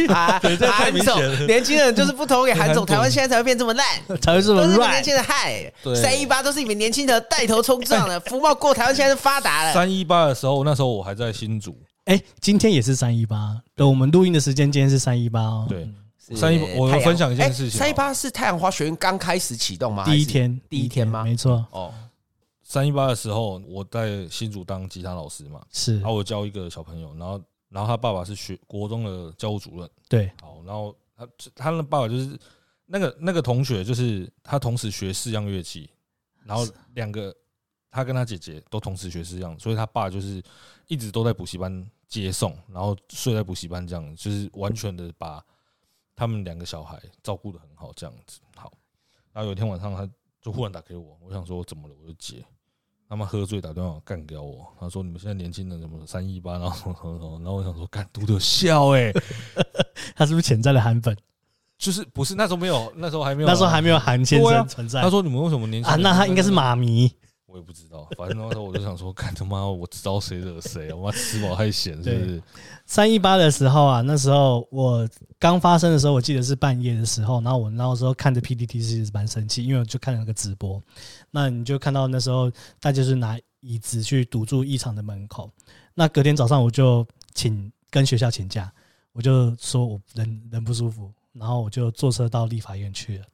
韩
这太
韩
明显了
总，年轻人就是不投给韩总，
韩总
台湾现在才会变这么烂。
才会这么
都是你们年
right。
轻人害，
对
三一八都是你们年轻人带头冲撞的，福茂过台湾现在是发达了。
三一八的时候，那时候我还在新竹，
哎、今天也是三一八，对，我们录音的时间今天是三一八哦，
对，
是
三一
太阳哎
我分享一件事情哦
三一八是太阳花学院刚开始启动吗？
第一
还是
天，
第一天吗
没错，
哦，
三一八的时候我在新竹当吉他老师嘛，
是
然后我教一个小朋友，然后然后他爸爸是学国中的教务主任。
对，
好，然后他他的爸爸就是那个那个同学，就是他同时学四样乐器，然后两个他跟他姐姐都同时学四样，所以他爸就是一直都在补习班接送，然后睡在补习班这样，就是完全的把他们两个小孩照顾的很好这样子。好，然后有一天晚上他就忽然打给我，我想说怎么了，我就接。他们喝醉打电话干掉我，他说你们现在年轻人怎么三一八，然后然后我想说干读的笑哎、
他是不是潜在的韩粉？
就是不是那时候没有，那时候还没有啊，
那时候还没有韩先
对啊
生存在
他说你们为什么年轻
啊，
人
那他应该是，马迷，
我也不知道，反正那时候我就想说， 干他妈我知道谁惹谁啊，我妈吃饱太闲是不是？
三一八的时候啊，那时候我刚发生的时候，我记得是半夜的时候，然后我那时候看着 PPT 其实蛮生气，因为我就看了那个直播，那你就看到那时候大家就是拿椅子去堵住异常的门口，那隔天早上我就请跟学校请假，我就说我人人不舒服，然后我就坐车到立法院去了，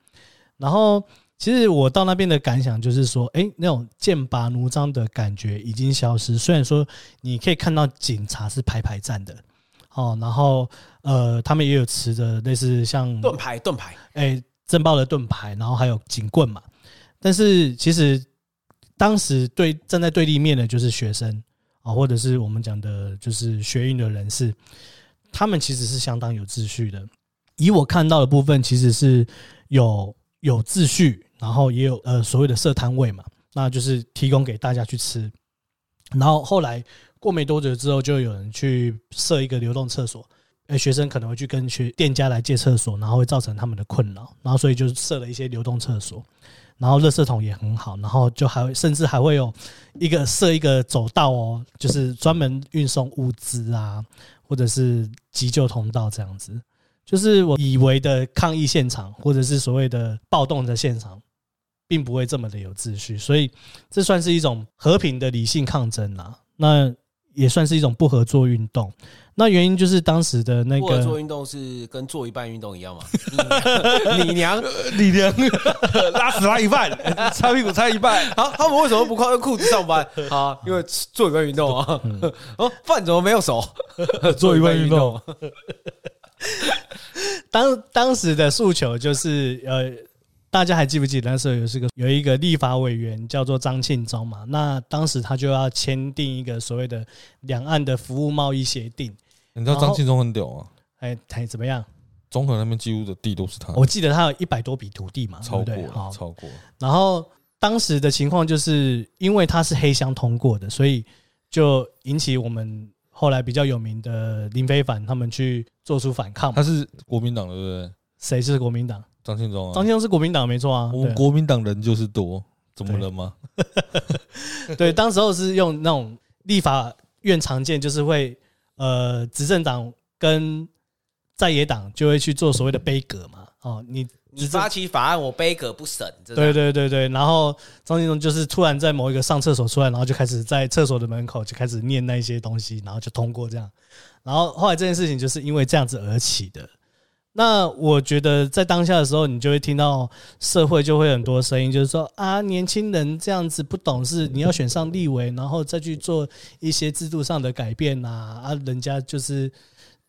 然后。其实我到那边的感想就是说，哎，那种剑拔弩张的感觉已经消失。虽然说你可以看到警察是排排站的，哦，然后呃，他们也有持着类似像
盾牌盾牌，
哎震爆的盾牌，然后还有警棍嘛。但是其实当时对站在对立面的就是学生啊、或者是我们讲的就是学运的人士，他们其实是相当有秩序的。以我看到的部分，其实是有有秩序，然后也有呃所谓的设摊位嘛，那就是提供给大家去吃。然后后来过没多久之后，就有人去设一个流动厕所，呃学生可能会去跟学店家来借厕所，然后会造成他们的困扰，然后所以就设了一些流动厕所，然后垃圾桶也很好，然后就还会甚至还会有一个设一个走道哦，就是专门运送物资啊，或者是急救通道这样子。就是我以为的抗议现场，或者是所谓的暴动的现场，并不会这么的有秩序，所以这算是一种和平的理性抗争啦、那也算是一种不合作运动。那原因就是当时的那
或者做
个
运动是跟做一半运动一 样嘛？你娘，你娘
呃
力 量拉屎拉一 半，擦屁股擦一半，
好，他们为什么不靠裤子上 班？啊，因为做一半运动 啊。 哦，饭怎么没有熟？
做一半运动，
当当时的诉求就是呃，大家还记不记得那时候有是个有一个立法委员叫做张庆忠嘛？那当时他就要签订一个所谓的两岸的服务贸易协定，
你知道张庆忠很屌啊，
哎、哎怎么样？
中和那边几乎的地都是他，
我记得他有一百多笔土地嘛，
嗯超
对不对？
过
好，
超过，
然后当时的情况就是因为它是黑箱通过的，所以就引起我们后来比较有名的林非凡他们去做出反抗嘛
他。是国民党的，对不对？
谁是国民党？
张庆忠啊，
张庆忠是国民党没错啊。
我们国民党人就是多，怎么了吗？
对对，当时候是用那种立法院常见，就是会呃执政党跟在野党就会去做所谓的杯葛嘛。哦，你
你发起法案，我背葛不审，真的
对对对对，然后张庆忠就是突然在某一个上厕所出来，然后就开啊始在厕所的门口就开始念那些东西，然后就通过这样，然后后来这件事情就是因为这样子而起的。那我觉得在当下的时候，你就会听到社会就会很多声音，就是说啊，年轻人这样子不懂事，你要选上立委，然后再去做一些制度上的改变呐、啊，啊，人家就是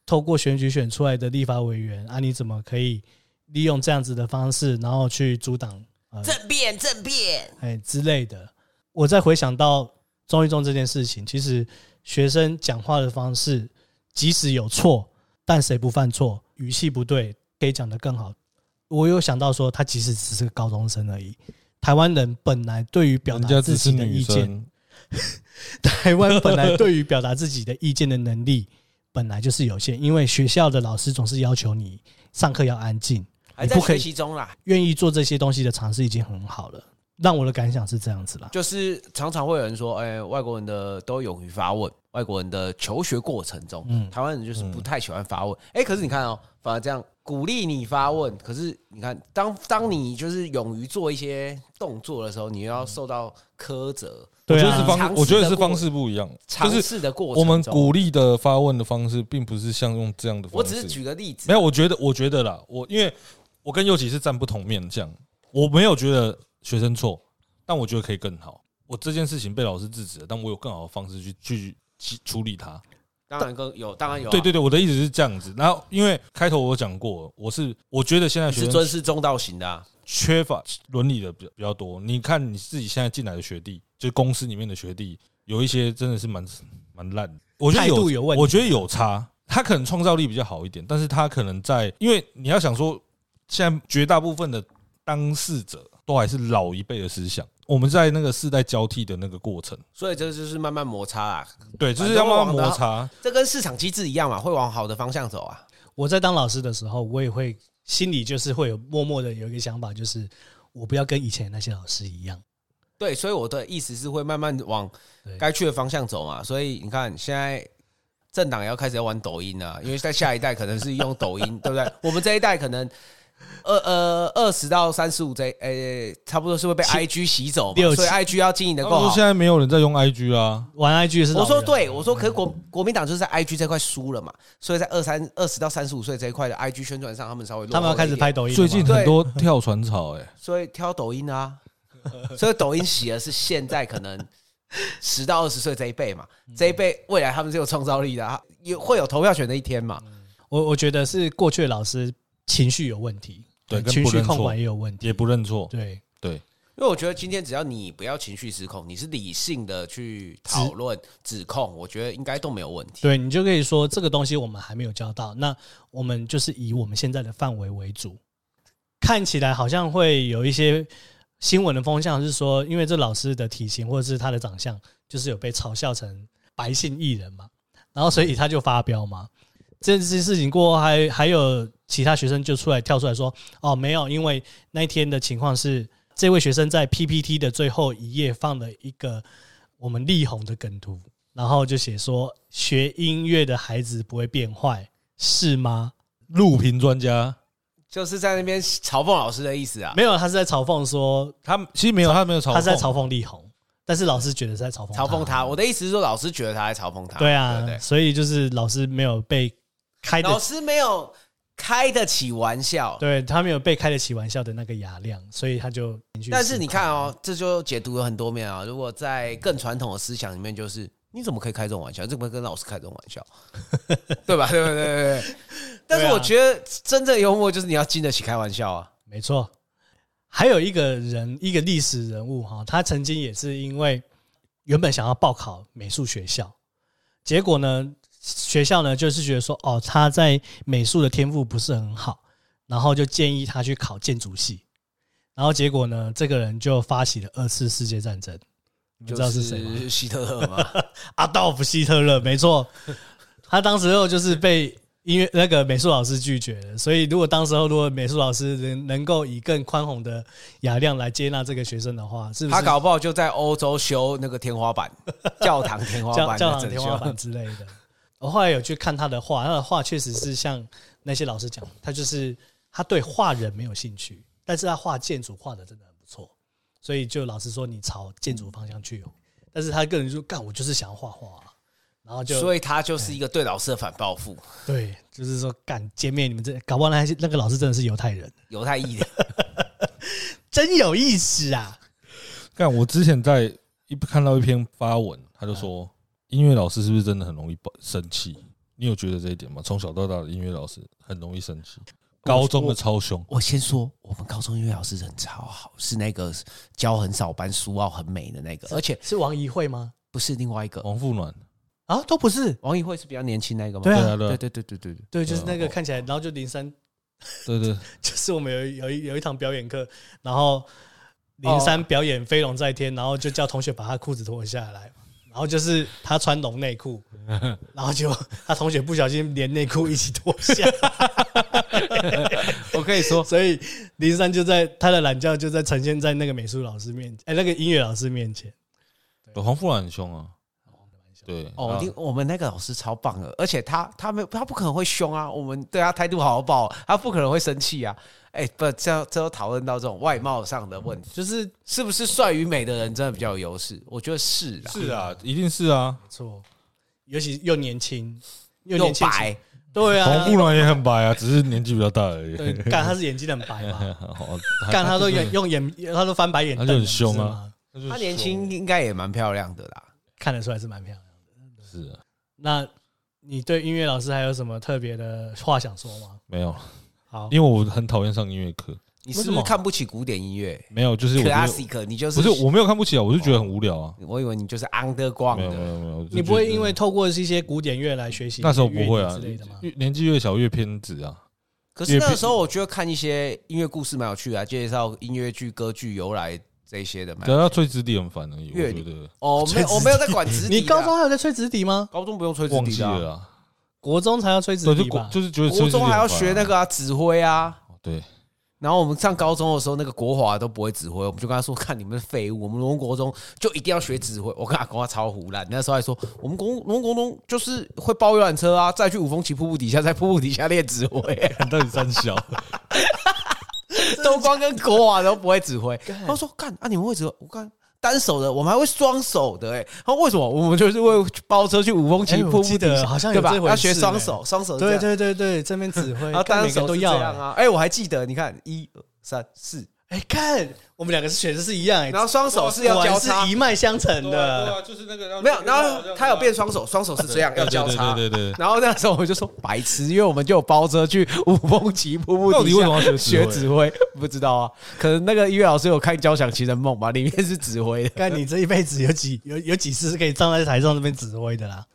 透过选举选出来的立法委员啊，你怎么可以利用这样子的方式，然后去阻挡呃
政变，政变。
哎之类的。我再回想到中一中这件事情，其实学生讲话的方式，即使有错，但谁不犯错？语气不对，可以讲得更好。我有想到说，他即使只是个高中生而已。台湾人本来对于表
人
达
家
自
只是
己的
女
意见，
生，
台湾本来 对于表达自己的意见的能力本来就是有限，因为学校的老师总是要求你上课要安静，
还在
你不可
学
以
习中啦。
愿意做这些东西的尝试已经很好了。让我的感想是这样子啦。
就是常常会有人说，哎、外国人的都勇于发问，外国人的求学过程中，
嗯
台湾人就是不太喜欢发问。哎、可是你看哦，反而这样鼓励你发问，
嗯
可是你看，当当你就是勇于做一些动作的时候，你又要受到苛责。
我
对
觉
啊
得是
尝试
方，
的
我觉得是
过
方式不一样，就
尝
是
试的过程
我们
中
鼓励的发问的方式，并不是像用这样的
我
方
只是
式。
举个例子
没，有，我觉得，我觉得啦，我因为我跟佑琪是站不同面向，我没有觉得学生错，但我觉得可以更好。我这件事情被老师制止了，但我有更好的方式去去去处理它。
当然更有，当然有、啊，
对对对，我的意思是这样子。然后，因为开头我讲过，我是我觉得现在
你
学
是
生
尊师重道型的、啊，
缺乏伦理的比比较多。你看你自己现在进来的学弟，就是公司里面的学弟，有一些真的是蛮蛮烂的。我觉得
态度
有，
有问题
我觉得有差。他可能创造力比较好一点，但是他可能在，因为你要想说，现在绝大部分的当事者都还是老一辈的思想。我们在那个世代交替的那个过程，
所以这就是慢慢摩擦啊。
对，就是要慢慢
反正往
摩擦。
这跟市场机制一样嘛，会往好的方向走啊。
我在当老师的时候，我也会心里就是会有默默的有一个想法，就是我不要跟以前那些老师一样。
对，所以我的意思是会慢慢往
对
该去的方向走嘛。所以你看，现在政党也要开始要玩抖音了、因为在下一代可能是用 抖音，对不对？我们这一代可能二呃二十到三十五这呃、差不多是会被 IG 洗走嘛，
六哦
所以 IG 要经营的
他
够
们说
好
现。在没有人在用 IG 啦、
玩 IG 是老
我
人啊
说对，我说可是国国民党就是在 IG 这块输了嘛，所以在二三二十到三十五岁这一块的 IG 宣传上，他们稍微落
他们要
后了
开
一
始
点
拍抖音了
最
吗，
近
对
很多跳船潮、欸，哎，
所以挑抖音啊， 所以抖音洗的是现在可能十到二十岁这一辈嘛，
嗯
这一辈未来他们是有创造力的、啊，也会有投票权的一天嘛。
我我觉得是过去的老师情绪有问题，呃
对跟
情
不
绪
认错
控管也有问题，
也不认错，
对
对，
因为我觉得今天只要你不要情绪失控，你是理性的去讨论指控，我觉得应该都没有问题。
对，你就可以说这个东西我们还没有教到，那我们就是以我们现在的范围为主。看起来好像会有一些新闻的风向是说，因为这老师的体型或者是他的长相，就是有被嘲笑成白姓艺人嘛，然后所以他就发飙嘛。这件事情过后还，还有其他学生就出来跳出来说：“哦，没有，因为那一天的情况是，这位学生在 PPT 的最后一页放了一个我们力宏的梗图，然后就写说学音乐的孩子不会变坏，是吗？
录屏专家，
就是在那边嘲讽老师的意思啊，
没有，他是在嘲讽说，
他其实没有，他没有嘲讽，
他是在嘲讽力宏，但是老师觉得是在嘲讽
嘲讽他。我的意思是说，老师觉得他在嘲讽他，
对啊，
对不对
所以就是老师没有被开的
老师没有开得起玩笑，
对他没有被开得起玩笑的那个雅量，所以他就连续
但是你
四
看哦，这就解读了很多面啊。如果在更传统的思想里面，就是你怎么可以开这种玩笑？你怎么跟老师开这种玩笑？ 对吧？对对对 对对。但是
啊
我觉得真正幽默就是你要经得起开玩笑啊。
没错，还有一个人，一个历史人物哈，他曾经也是因为原本想要报考美术学校，结果呢，学校呢就是觉得说，哦，他在美术的天赋不是很好，然后就建议他去考建筑系，然后结果呢，这个人就发起了二次世界战争，你们
就
知道是谁吗？
希特 勒嘛，
阿道夫·希特勒，没错，他当时候就是被音乐那个美术老师拒绝了，所以如果当时候如果美术老师能能够以更宽宏的雅量来接纳这个学生的话，是不
他
是
搞不好就在欧洲修那个天花板，教堂天花
教
板，
教堂天花板。之类的？我后来有去看他的画，他的画确实是像那些老师讲，他就是他对画人没有兴趣，但是他画建筑画的真的很不错，所以就老师说你朝建筑方向去，但是他个人就干我就是想要画画啊、然后就
所以他就是一个对老师的反报复，
对，就是说敢见面，你们这搞不好那些那个老师真的是犹太人，
犹太裔的。
真有意思啊！
干，我之前在一看到一篇发文，他就说、音乐老师是不是真的很容易爆生气？你有觉得这一点吗？从小到大的音乐老师很容易生气，高中的超凶，
我先说，我们高中音乐老师人超好，是那个教很少班、书傲很美的那个，而且
是王怡慧吗？
不是另外一个。
王富暖，
啊，都不是，
王一慧是比较年轻那个吗？
对啊
对啊
对对对对对对
对，就是那个
哦
看起来，然后就林珊，
对对，
就是我们有一有一有一堂表演课，然后林珊表演飞龙在天，然后就叫同学把他裤子脱下来，然后就是他穿龙内 裤，然后就他同学不小心连内裤一起脱下 来，
我可以说，
所以林珊就在他的懒觉就在呈现在那个美术老师面，哎，那个音乐老师面前。
王富暖很凶啊，对，
哦，
啊
另我们那个老师超棒的，而且他他没有他不可能会凶啊，我们对他态度好好爆，他不可能会生气啊。哎、不，这样这都讨论到这种外貌上的问题，就是是不是帅与美的人真的比较有优势？我觉得是啦，
是啊，一定是啊，
错，尤其又年轻又
又
年轻，
白，
对
王
啊
富，暖也很白啊，只是年纪比较大而已。
对，干他是眼睛很白嘛，
哦
干他都用，用眼，他都翻白眼，
他就很凶啊，就是
他年轻应该也蛮漂亮的啦。
看得出来是蛮漂亮的。
是啊
那你对音乐老师还有什么特别的话想说吗？
没有，
好，
因为我很讨厌上音乐课，
你是
为什
不是
么
看不起古典音乐
没有，就是我觉得
？classic，你就是
不是我没有看不起啊，我是觉得很无聊啊，
我以为你就是 underground
没有没
的，
有没有，我就
你不会
觉得
因为透过一些古典乐来学习
那时候不会啊
乐理之类的吗，？
越年纪越小越偏执啊，
可是那个时候，我觉得看一些音乐故事蛮有趣的、啊，介绍音乐剧、歌剧由来这些的嘛
只。要吹直笛很烦而已，我
乐
觉
理
得
哦， 没有，我没有在管直笛的啊。
你高中还有在吹直笛吗？
高中不用吹直
忘
笛
记
的啊、
了啊，
国中才要吹直
对，就
笛
国
吧？
就是觉得吹
国
直笛
中还要
很烦啊
学那个啊， 指挥啊。
对，
然后我们上高中的时候，那个国华都不会指挥，我们就跟他说：“看你们是废物，我们龙国中就一定要学指挥。”我跟阿公他超胡乱，那时候还说我们国龙国中就是会包游览车啊，再去五峰旗瀑布底下，在瀑布底下练指挥、
看到底三小，
都光跟国瓦都不会指挥。他说：“干啊，你们会指挥？我看单手的，我们还会双手的、欸。哎，他说为什么？我们就是为包车去五峰旗
哎我
瀑
记
布
得
底下
好像有
对吧
这？回
要学
事
双
欸
手，双手是这
对
样
对对对，这边指挥，
啊
然后
干
单
每个
手
人都
是
要
这样
欸
啊。哎、我还记得，你看一二三四，
哎，看我们两个是学的是一样哎，
然后双手是要
果然
交叉
是一，脉相承
对
的。
啊，就是那个
没有，然后他有变双手，双手是这样要交叉。
对对对对对
然后那时候我就说白痴，因为我们就有包车去五峰旗瀑布
到底
底
为
下
什么要学指
学
挥
指挥，不知道啊，可能那个音乐老师有看《交响情人梦》吧，里 面是指挥的。
看你这一辈子有几有有几次是可以站在台上那边指挥的啦？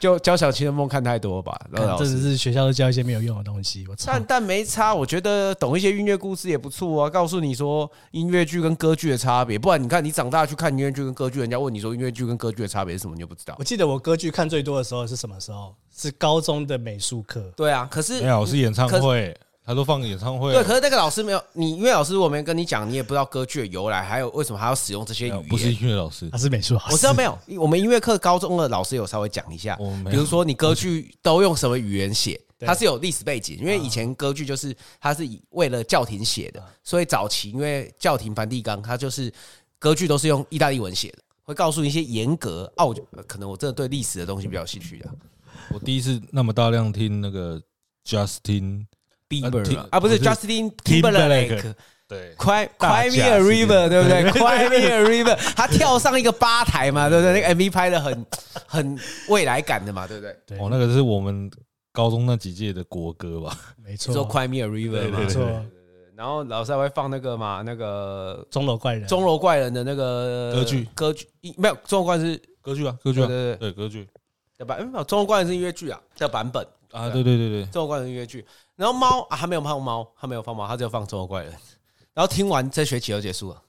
就交响情人梦看太多吧，然
看
后老
真的
师。
是学校都教一些没有用的东西，我操
但！但没差，我觉得懂一些音乐故事也不错啊。告诉你说音乐剧跟歌剧的差别，不然你看你长大去看音乐剧跟歌剧，人家问你说音乐剧跟歌剧的差别是什么，你就不知道
我。记得我歌剧看最多的时候是什么时候？是高中的美术课，
对啊，可是
没有是演唱会，他都放演唱会啊
对，
了，
可是那个老师没有你，因为老师我没跟你讲，你也不知道歌剧的由来，还有为什么还要使用这些语
没有
言。
不啊是音乐老师
他，是美术老师。
我知道没有，我们音乐课高中的老师有稍微讲一下，
我没
比如
有。
说你歌剧都用什么语言写，
对
它是有历史背景，因为以前歌剧就是它是以为了教廷写的，所以早期因为教廷梵蒂冈，它就是歌剧都是用意大利文写的，会告诉你一些严格奥，呃可能我真的对历史的东西比较有兴趣啊。
我第一次那么大量听那个 Justin，
Bieber 啊
听
啊，不是
不是
Justin Timberlake
Timberlake。对，
Cry
大
Cry
架
Me a
是
River，对不对？Cry Me a River，他跳上一个吧台嘛，对不对？那个 MV 拍的很很未来感的嘛，对不对？
对，
哦，那个是我们高中那几届的国歌吧？
没
你说
错，
Cry Me a
没
River 嘛，
错，
然后老师还会放那个嘛，那个
钟楼怪人，
钟楼怪人的那个
歌剧
歌剧一没有钟楼怪人是
歌剧啊，歌
对
剧啊，
对对
对歌剧
的版，嗯没有钟楼怪人是音乐剧啊的版本，
啊，对对对对，
钟楼怪人是音乐剧。然后猫啊，他没有放猫，他没有放猫，他只有放钟楼怪人。然后听完这学期就结束了，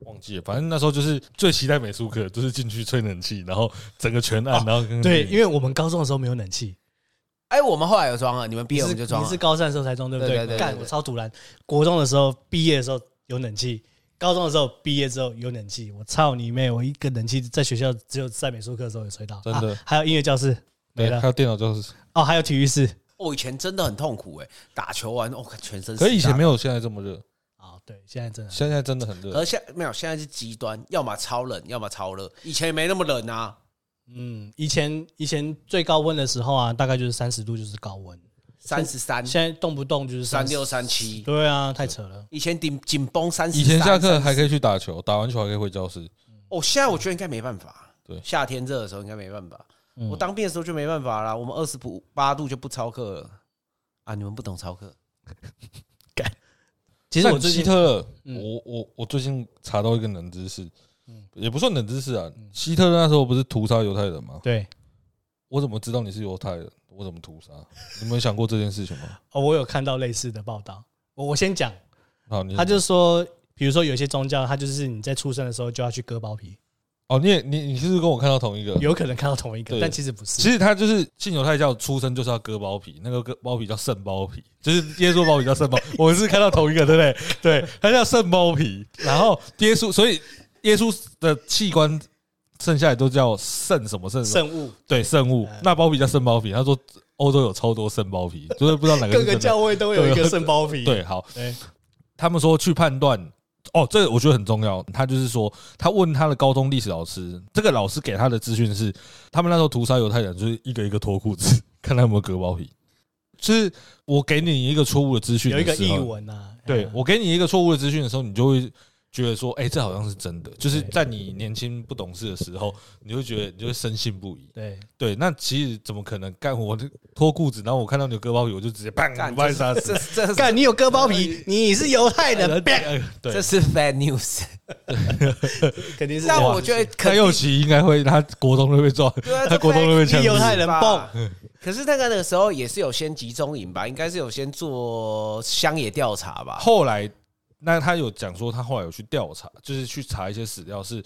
忘记了，反正那时候就是最期待美术课，就是进去吹冷气，然后整个全暗，然后跟
哦对，因为我们高中的时候没有冷气，
哎，我们后来有装了，你们毕
你
业我
是
们就装
你
啊了
是。高三的时候才装，对不
对对对对
干，
对
我超突然。国中的时候毕业的时候有冷气，高中的时候毕业之后有冷气，我操你妹！我一个冷气在学校只有在美术课的时候有吹到，
真的
啊还有音乐教室没
对，
了
还，有电脑教室，
哦，还有体育室。
哦我以前真的很痛苦哎、打球完我、哦、全身。
可以前没
有，
有现在这么热，
哦，对，现在真的
现在真的很热
可。是现没有，现在是极端，要么超冷，要么超热。以前也没那么冷啊，
嗯，以前以前最高温的时候啊，大概就是三十度就是高温，
三十三、
现在动不动就是
三
30
六、三七。
对啊，太扯了。
以前顶紧绷三十，
以前下课还可以去打球，打完球还可以回教室。
哦，现在我觉得应该没办法。
对
夏天热的时候应该没办法。
嗯
我当兵的时候就没办法啦，我们二十八度就不操课了啊！你们不懂操 课，
其实
那
我
你
最
希
近
特勒，
嗯
我我我最近查到一个冷知识，也不算冷知识啊。
嗯
希特勒那时候不是屠杀犹太人吗？
对
我怎么知道你是犹太人？我怎么屠杀？你们有想过这件事情吗？
哦，我有看到类似的报道。我我先讲，
好，你
他就说，比如说有些宗教，他就是你在出生的时候就要去割包皮，
哦，你也你你是不是跟我看到同一个？
有可能看到同一个，
对
但嗯其实不是。
其实他就是信犹太教，出生就是要割包皮，那个割包皮叫圣包皮，就是耶稣包皮 叫圣包。我们是看到同一个，对不对？对，他叫圣包皮。然后耶稣，所以耶稣的器官剩下来都叫圣什么圣什么
圣嗯物，
对圣物。那包皮叫圣包皮。他说欧洲有超多圣包皮，就是不知道哪 个
各
是
个
真的。
教会都有一个圣包皮。
对，好，
对，
他们说去判断，哦，这个我觉得很重要。他就是说，他问他的高中历史老师，这个老师给他的资讯是，他们那时候屠杀犹太人就是一个一个脱裤子， 看他有没有割包皮。就是我给你一个错误的资讯
有
的
一
时候，
个译文啊。
对
嗯
我给你一个错误的资讯的时候，你就会觉得说，哎、这好像是真的。就是在你年轻不懂事的时候，你会觉得你就会深信不疑。
对，
对，那其实怎么可能？干我脱裤子，然后我看到你有割包皮，我就直接砰
干
把你杀死。
这这这
干你有割包皮，你是犹太人，
哎对
这，是 bad news。
肯定是这样。
但我觉得
蔡
肯
佑
定
奇应该会，他国中会被抓，
对啊
他国中会被枪
一犹太
毙。
人
吧
蹦。
可是那个那个时候也是有先集中营吧，应该是有先做乡野调查吧。
后来，那他有讲说，他后来有去调查，就是去查一些史料是。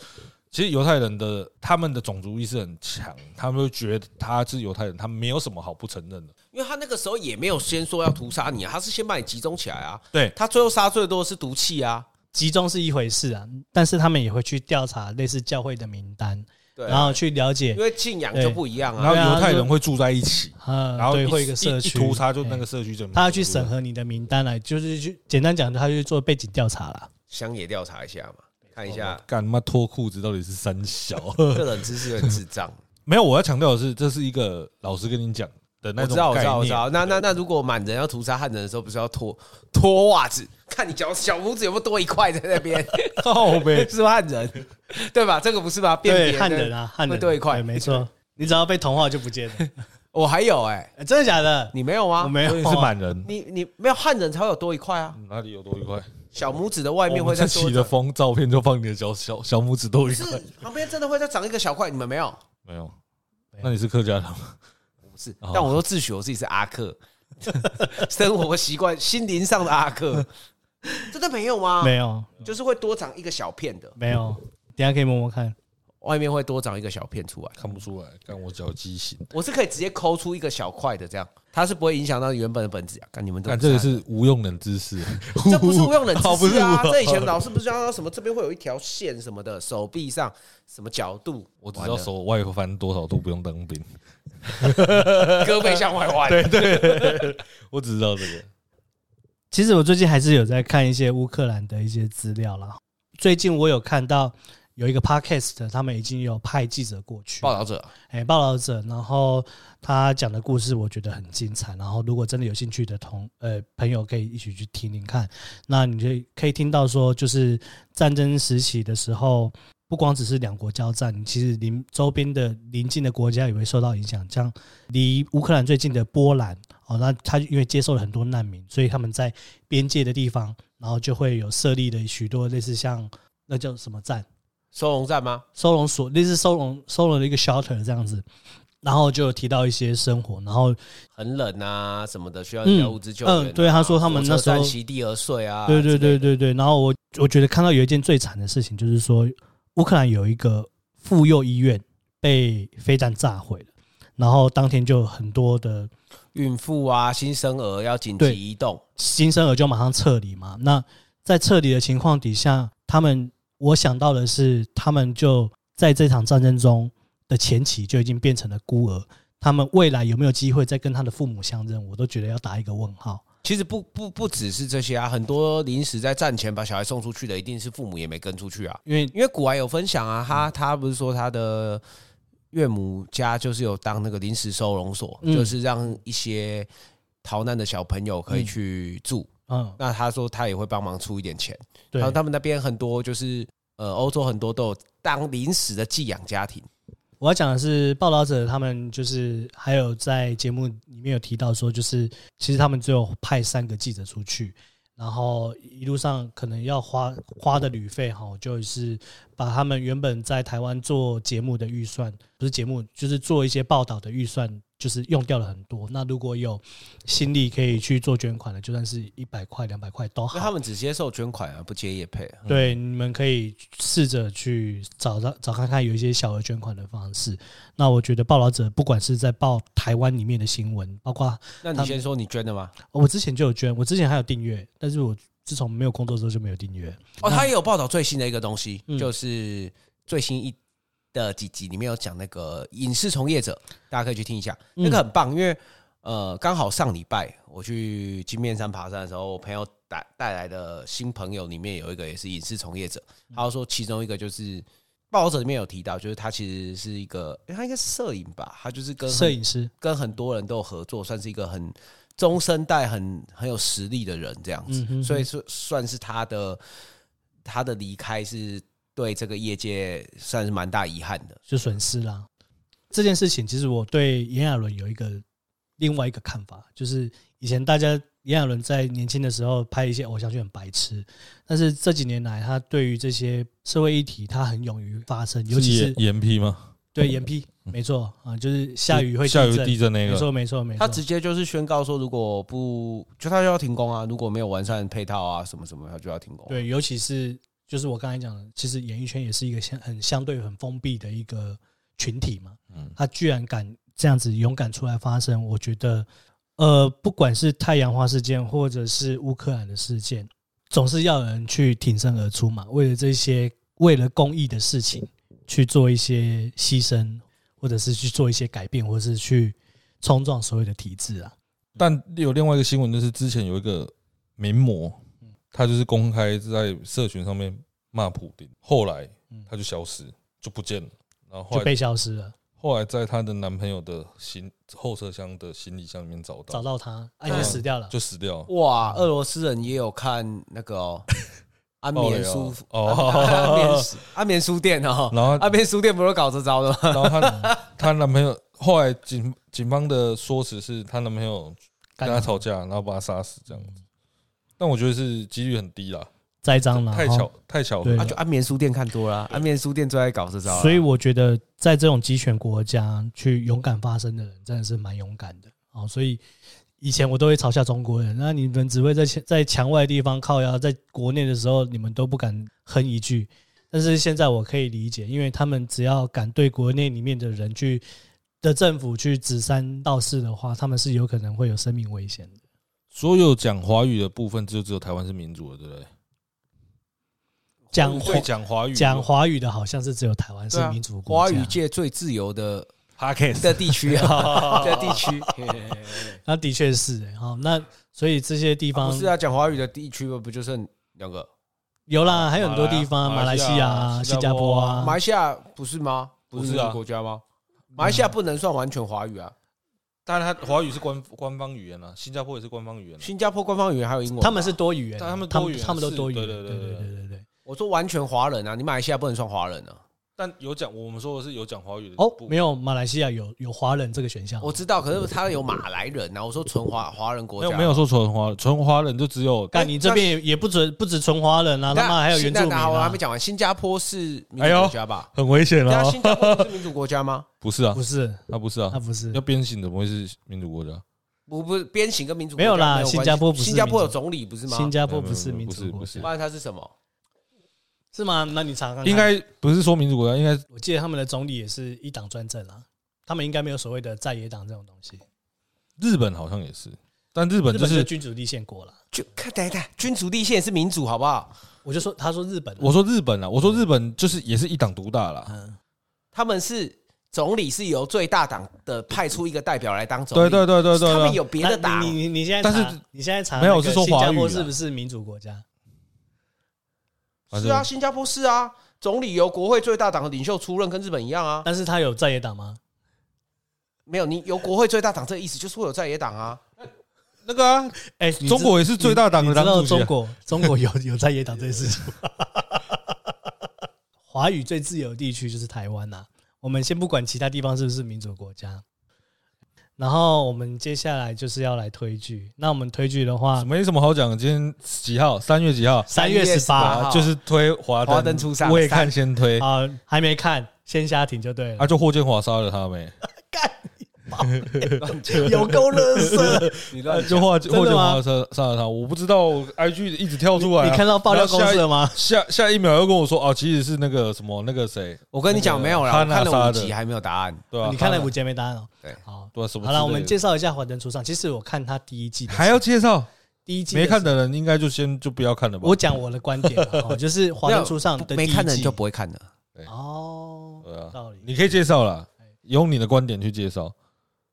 其实犹太人的他们的种族意识很强，他们会觉得他是犹太人，他没有什么好不承认的。
因为他那个时候也没有先说要屠杀你、啊，他是先把你集中起来啊。
对
他最后杀最多的是毒气啊。
集中是一回事啊，但是他们也会去调查类似教会的名单，
对啊，
然后去了
因
解，
为信仰就不一样
然
啊。
后
对啊
犹太人会住在一起，
呃，
然后
对，会有
一
一个社
一
区
屠杀就那个社区就没有
他要去
住了
审核你的名单来，就是去简单讲，他就去做背景调查啦。
乡野调查一下嘛，看
哦
一下
干他妈脱裤子到底是三小？
这冷知识有点智障。
没有，我要强调的是，这是一个老师跟你讲的那
我
种
知
概
道，
念。
我知道，我知道。那那那，如果满人要屠杀汉人的时候，不是要脱脱袜子，看你脚小拇指有没有多一块在那边，
靠呗，
是不是汉人？对吧？这个不是吧？辨别
对，
的
汉人，啊，汉人
会多一块
对没错。你只要被同化就不见 了，
我还有哎、
呃真的假的？
你没有
我
吗？
没有
所以
啊，
你是满人，
你你没有汉人才会有多一块啊，
哪里有多一块？
小拇指的外面
嗯我
会
们这
再多
起
一
的
个
风照片就放你的小小小拇指都一
是
块，
旁边真的会再长一个小块，你们没有？
没有。
对
那你是客家人吗？
我不是
哦，
但我都自诩我自己是阿克， 生活习惯、心灵上的阿克， 真的没有吗？
没有
就是会多长一个小片的，
没有，等一下可以摸摸看。
外面会多长一个小片出来。
看不出来，看我脚畸形。
我是可以直接抠出一个小块的，这样它是不会影响到原本的本质啊。看你们都
看
不
这个
是
是无用冷知 识，
啊，这 不是无用冷
哦不
知识
是
啊！
我
这以前老师不是教什么这边会有一条线什么的，手臂上什么角度，
我只要手外翻多少都不用当兵，
完了胳膊向外弯。
我只知道这个。
其实我最近还是有在看一些乌克兰的一些资料啦。最近我有看到有一个 podcast，他们已经有派记者过去
报道者
哎、报道者，然后他讲的故事我觉得很精彩，然后如果真的有兴趣的同呃朋友可以一起去听听看，那你就可以听到说，就是战争时期的时候，不光只是两国交战，其实邻周边的邻近的国家也会受到影响，像离乌克兰最近的波兰哦，那他因为接受了很多难民，所以他们在边界的地方，然后就会有设立了许多类似像那叫什么站。
收容站吗？
收容所，类似收容收容的一个 shelter 这样子，然后就有提到一些生活，然后
很冷啊什么的，需要人家物资救援啊、
嗯对他说他们那时候
火车站席地而睡啊，
对对
之类
对
的，
对对，然后我我觉得看到有一件最惨的事情，就是说乌克兰有一个妇幼医院被飞弹炸毁了，然后当天就有很多的
孕妇啊、新生儿要紧急
对
移动，
新生儿就马上撤离嘛。那在撤离的情况底下，他们我想到的是，他们就在这场战争中的前期就已经变成了孤儿。他们未来有没有机会再跟他的父母相认，我都觉得要打一个问号。
其实不不不只是这些啊，很多临时在战前把小孩送出去的，一定是父母也没跟出去啊。
因为
因为古玩有分享啊，他他不是说他的岳母家就是有当那个临时收容所，
嗯
就是让一些逃难的小朋友可以去住。
嗯，
那他说他也会帮忙出一点钱，
对
然后，他们那边很多就是呃欧洲很多都有当临时的寄养家庭。
我要讲的是报道者他们就是还有在节目里面有提到说，就是其实他们只有派三个记者出去，然后一路上可能要花花的旅费哈，就是把他们原本在台湾做节目的预算，不是节目，就是做一些报道的预算，就是用掉了很多。那如果有心力可以去做捐款的，就算是一百块、两百块都
那
好
他。们只接受捐款啊，不接业配、啊。
对，你们可以试着去找到找看看有一些小额捐款的方式。那我觉得报道者不管是在报台湾里面的新闻，包括、
那
他
你
们
先说你捐的吗？
哦我之前就有捐，我之前还有订阅，但是我自从没有工作之后就没有订阅。
哦，他也有报道最新的一个东西，
嗯
就是最新一的几集里面有讲那个影视从业者，大家可以去听一下，
嗯
那个很棒，因为呃，刚好上礼拜我去金面山爬山的时候，我朋友带带来的新朋友里面有一个也是影视从业者，
嗯
他说其中一个就是。报道者里面有提到，就是他其实是一个，诶他应该是摄影吧，他就是跟很
摄影师，
跟很多人都有合作，算是一个很中生代很很有实力的人这样子，
嗯哼
所以说算是他的他的离开是对这个业界算是蛮大遗憾的。
就损失啦。这件事情其实我对炎亚纶有一个另外一个看法，就是以前大家炎亚纶在年轻的时候拍一些偶像剧很白痴，但是这几年来他对于这些社会议题他很勇于发声，尤其是
是岩批 E 吗？
对，岩批，没错啊，就是下雨会
嗯下雨
震
地震那
没
个，
错没错没错。
他直接就是宣告说，如果不就他就要停工啊，如果没有完善配套啊什么什么，他就要停工。，
对，尤其是就是我刚才讲的，其实演艺圈也是一个相很相对很封闭的一个群体嘛。
嗯
他居然敢这样子勇敢出来发声，我觉得，呃，不管是太阳花事件或者是乌克兰的事件，总是要有人去挺身而出嘛。为了这些，为了公益的事情去做一些牺牲，或者是去做一些改变，或者是去冲撞所有的体制啊。
但有另外一个新闻，就是之前有一个名模，
嗯
他就是公开在社群上面骂普丁，后来
嗯
他就消失，就不见了。然后后
就
来
被消失了，
后来在她的男朋友的行后车厢的行李箱里面找
找
到，
到他，啊，
嗯
就死掉了。
就死掉了。
哇，俄罗斯人也有看那个、 哦、安
爆
眠
雷
书
哦，哦，
安眠书安眠书店 哦，
然后
安眠书店不是搞这招的吗？
然后她她男朋友后来警警方的说辞是她男朋友跟
干
她吵架，然后把她杀死这样子。但我觉得是几率很低啦，啊
栽赃了，哦
太
哈
巧太巧合
对
了
啊，就安眠书店看多了啊，安眠书店最爱搞这招啊。
所以我觉得，在这种集权国家去勇敢发声的人，真的是蛮勇敢的哦。所以以前我都会嘲笑中国人，那你们只会在墙在墙外的地方靠腰，在国内的时候你们都不敢哼一句。但是现在我可以理解，因为他们只要敢对国内里面的人去的政府去指三道四的话，他们是有可能会有生命危险的。
所有讲华语的部分，就只有台湾是民主的，对不对？
讲
对讲华语，
讲华语的好像是只有台湾是
对啊
民主国
华
家
语界最自由的
podcast
的地区 啊，的地区，
那的确是欸好、那所以这些地
啊
方、
不是啊，讲华语的地区不就剩两个？
有啦，还有很多地方，
马
马
来
来
西亚
西亚啊、
新
新
加
加
坡
坡
啊
马
啊，
来西亚不是吗？不是
不是啊
民主国家吗？马来西亚不能算完全华语啊，
但它华语是官官方语言啊，新加坡也是官方语言、啊。
新加坡官方语言还有英文吧。
嗯他们是多语言啊，
但他们
他
多语
们
言
他们都多语言，
是对
对
对
对
对
对
对
对对对。
我说完全华人啊，你马来西亚不能算华人啊。
但有讲，我们说的是有讲华语的
哦，
部
没有马来西亚有有华人这个选项，
我知道，可是他有马来人啊。我说纯华华人国
没
家
有没有说纯华纯华人就只有
干你这边也也不准不止纯华人啊，他妈还有原住民
哎那那我还
啊哎
没，讲完，新加坡是民
哎
主
呦
国家吧？
很危险
对
啊
啊，！新加坡不是民主国家吗？
不是啊
不，是，
他不是啊
他，不是
要，鞭刑怎么会是民主国家？
不不是，边形跟民主国
没
家
有啦
关系
新加坡不是
新加坡有
民主
总理不是吗？
新加坡
没有
不是
没有
民
不是
主国
不是
家
不，然它是什么？
是吗？那你查看看，
应该不是说民主国家，应该
我记得他们的总理也是一党专政啊，他们应该没有所谓的在野党这种东西，
日本好像也是，但日本
日
就
本
是
是君主立宪国了。
就看等一下，君主立宪是民主好不好？
我就说，他说日本啊，
我说日本啊，我说日本就是也是一党独大啦。
嗯，
他们是总理是由最大党的派出一个代表来当总
对
理，
对对对对，啊
他们
对
有别的
那
党
你，你你你现在查，
但是
你现在查
没有
那个
是说
新
华
加
语
坡
啊
是不是民主国家？
反
是
正
啊，新加坡是啊，总理由国会最大党的领袖出任，跟日本一样啊。
但是他有在野党吗？
没有，你由国会最大党，这意思就是会有在野党啊。
那个啊，
哎、你知
中国也是最大党
你
的
知
党
道
主席
中
啊，
国 中国有有在野党这件事情吗？华语最自由的地区就是台湾呐、我们先不管其他地方是不是民主国家，然后我们接下来就是要来推剧。那我们推剧的话，
没什么好讲的。今天几号？三月几号？
三月十
三
八
月18
啊，就是推华
华灯初上
未看先推
啊，还没看，先下停就对了
啊，。就霍建华杀了他没？
干、你 有够乐色！
你乱
哎
啊就霍霍建
真的吗
华杀杀了他，我不知道我，IG 一直跳出来啊，
你看到爆料公司了吗？
下下一秒又跟我说哦，其实是那个什么那个谁，
我跟你讲，没有啦，
哈
我
娜
看了
莎
五
的
集还没有答案。
对吧？
啊你看了
哈
五
娜
集没答案哦。
对
好，
对啊什么之类的？
好了，我们介绍一下《华灯初上》。其实我看他第一季的时候，
还要介绍
第一季的
没看
时候
的人，应该就先就不要看了吧。
我讲我的观点 啦，哦，就是《华灯初上》的
没
第一
看的人
季
就不会看的。
哦，
对啊，
道理。
你可以介绍啦，用你的观点去介绍。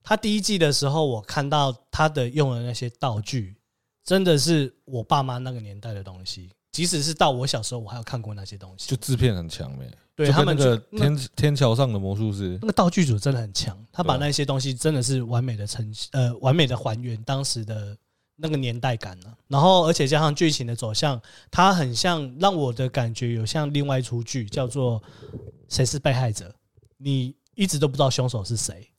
他第一季的时候，我看到他的用的那些道具，真的是我爸妈那个年代的东西。即使是到我小时候，我还有看过那些东西
就。制片很强呗，
对
就
他
跟
们
那个
就那
天天桥上的魔术师
那个道具组真的很强，他把
对啊
那些东西真的是完美的呈呃完美的还原当时的那个年代感了、啊然后而且加上剧情的走向，它很像让我的感觉有像另外一出剧叫做《谁是被害者》，你一直都不知道凶手是谁，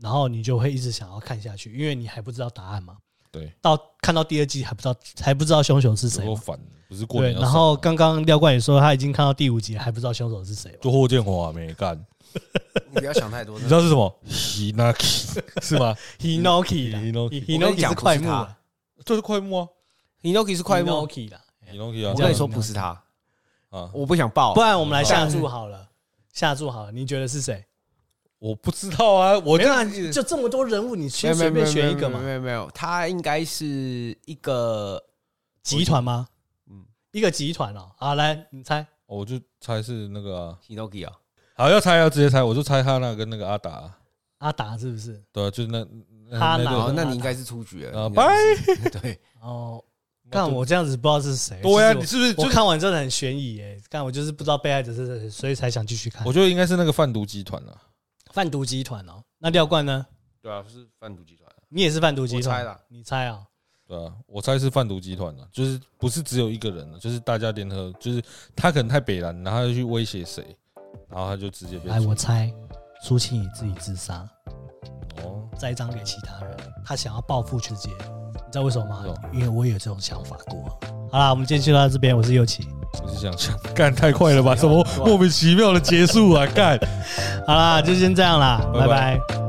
然后你就会一直想要看下去，因为你还不知道答案嘛。
对，
到看到第二季还不知道还不知道凶手是
有
谁
够
嘛，
烦，不是过
对。
年要上啊。
然后刚刚廖冠也说他已经看到第五集了还不知道凶手是谁嘛，
就霍建华没干，
你不要想太多。
你知道是什么？Hinaki 是吗？
Hinoki 啦
Hinoki
Hinoki
我跟你讲
是快
不
木
是他
啦
这是快木啊
Hinoki 是快木，
Hinoki 啦。
，Hinaki 啊，
我跟你说不是他，
啊，
我不想报
不。然我们来
这
下
样
注好了，下注好了，你觉得是谁？
我不知道啊，我
没
就
有啊，就这么多人物，你
没
先
有没
随
有没
便
有
选一个嘛
没有？没有没有，他应该是一个
集团吗？
嗯
一个集团哦。好，来你猜，
哦我就猜是那个啊，
Hinoki 啊，
好要猜要直接猜，我就猜哈娜跟那个阿达啊，
阿达是不是？
对啊，就是那那
哈娜
那对
好
哦，那你应该是出局
啊
呃
了。拜。 对，
哦，
那
看我这样子不知道是谁。
对啊，
哎其
你
实
是不是
我
就
我？看完真的很悬疑耶，看我就是不知道被害者是谁，所以才想继续看
我。觉得应该是那个贩毒集团啊，
贩毒集团哦，那廖冠呢？
对啊，是贩毒集团。
你也是贩毒集团？
我猜啦，
你猜啊？
对啊，我猜是贩毒集团啊，就是不是只有一个人了，就是大家联合，就是他可能太北蓝，然后他就去威胁谁，然后他就直接被
来，哎我猜，苏庆怡自己自杀，
哦，
栽赃给其他人，他想要报复直接，你知道为什么吗
不知道？
因为我也有这种想法过。好啦，我们今天就到这边，我是右奇。
我是想想，干太 快了吧？什么莫名其妙的结束啊？干。
啊好啦，就先这样啦，
拜拜
拜拜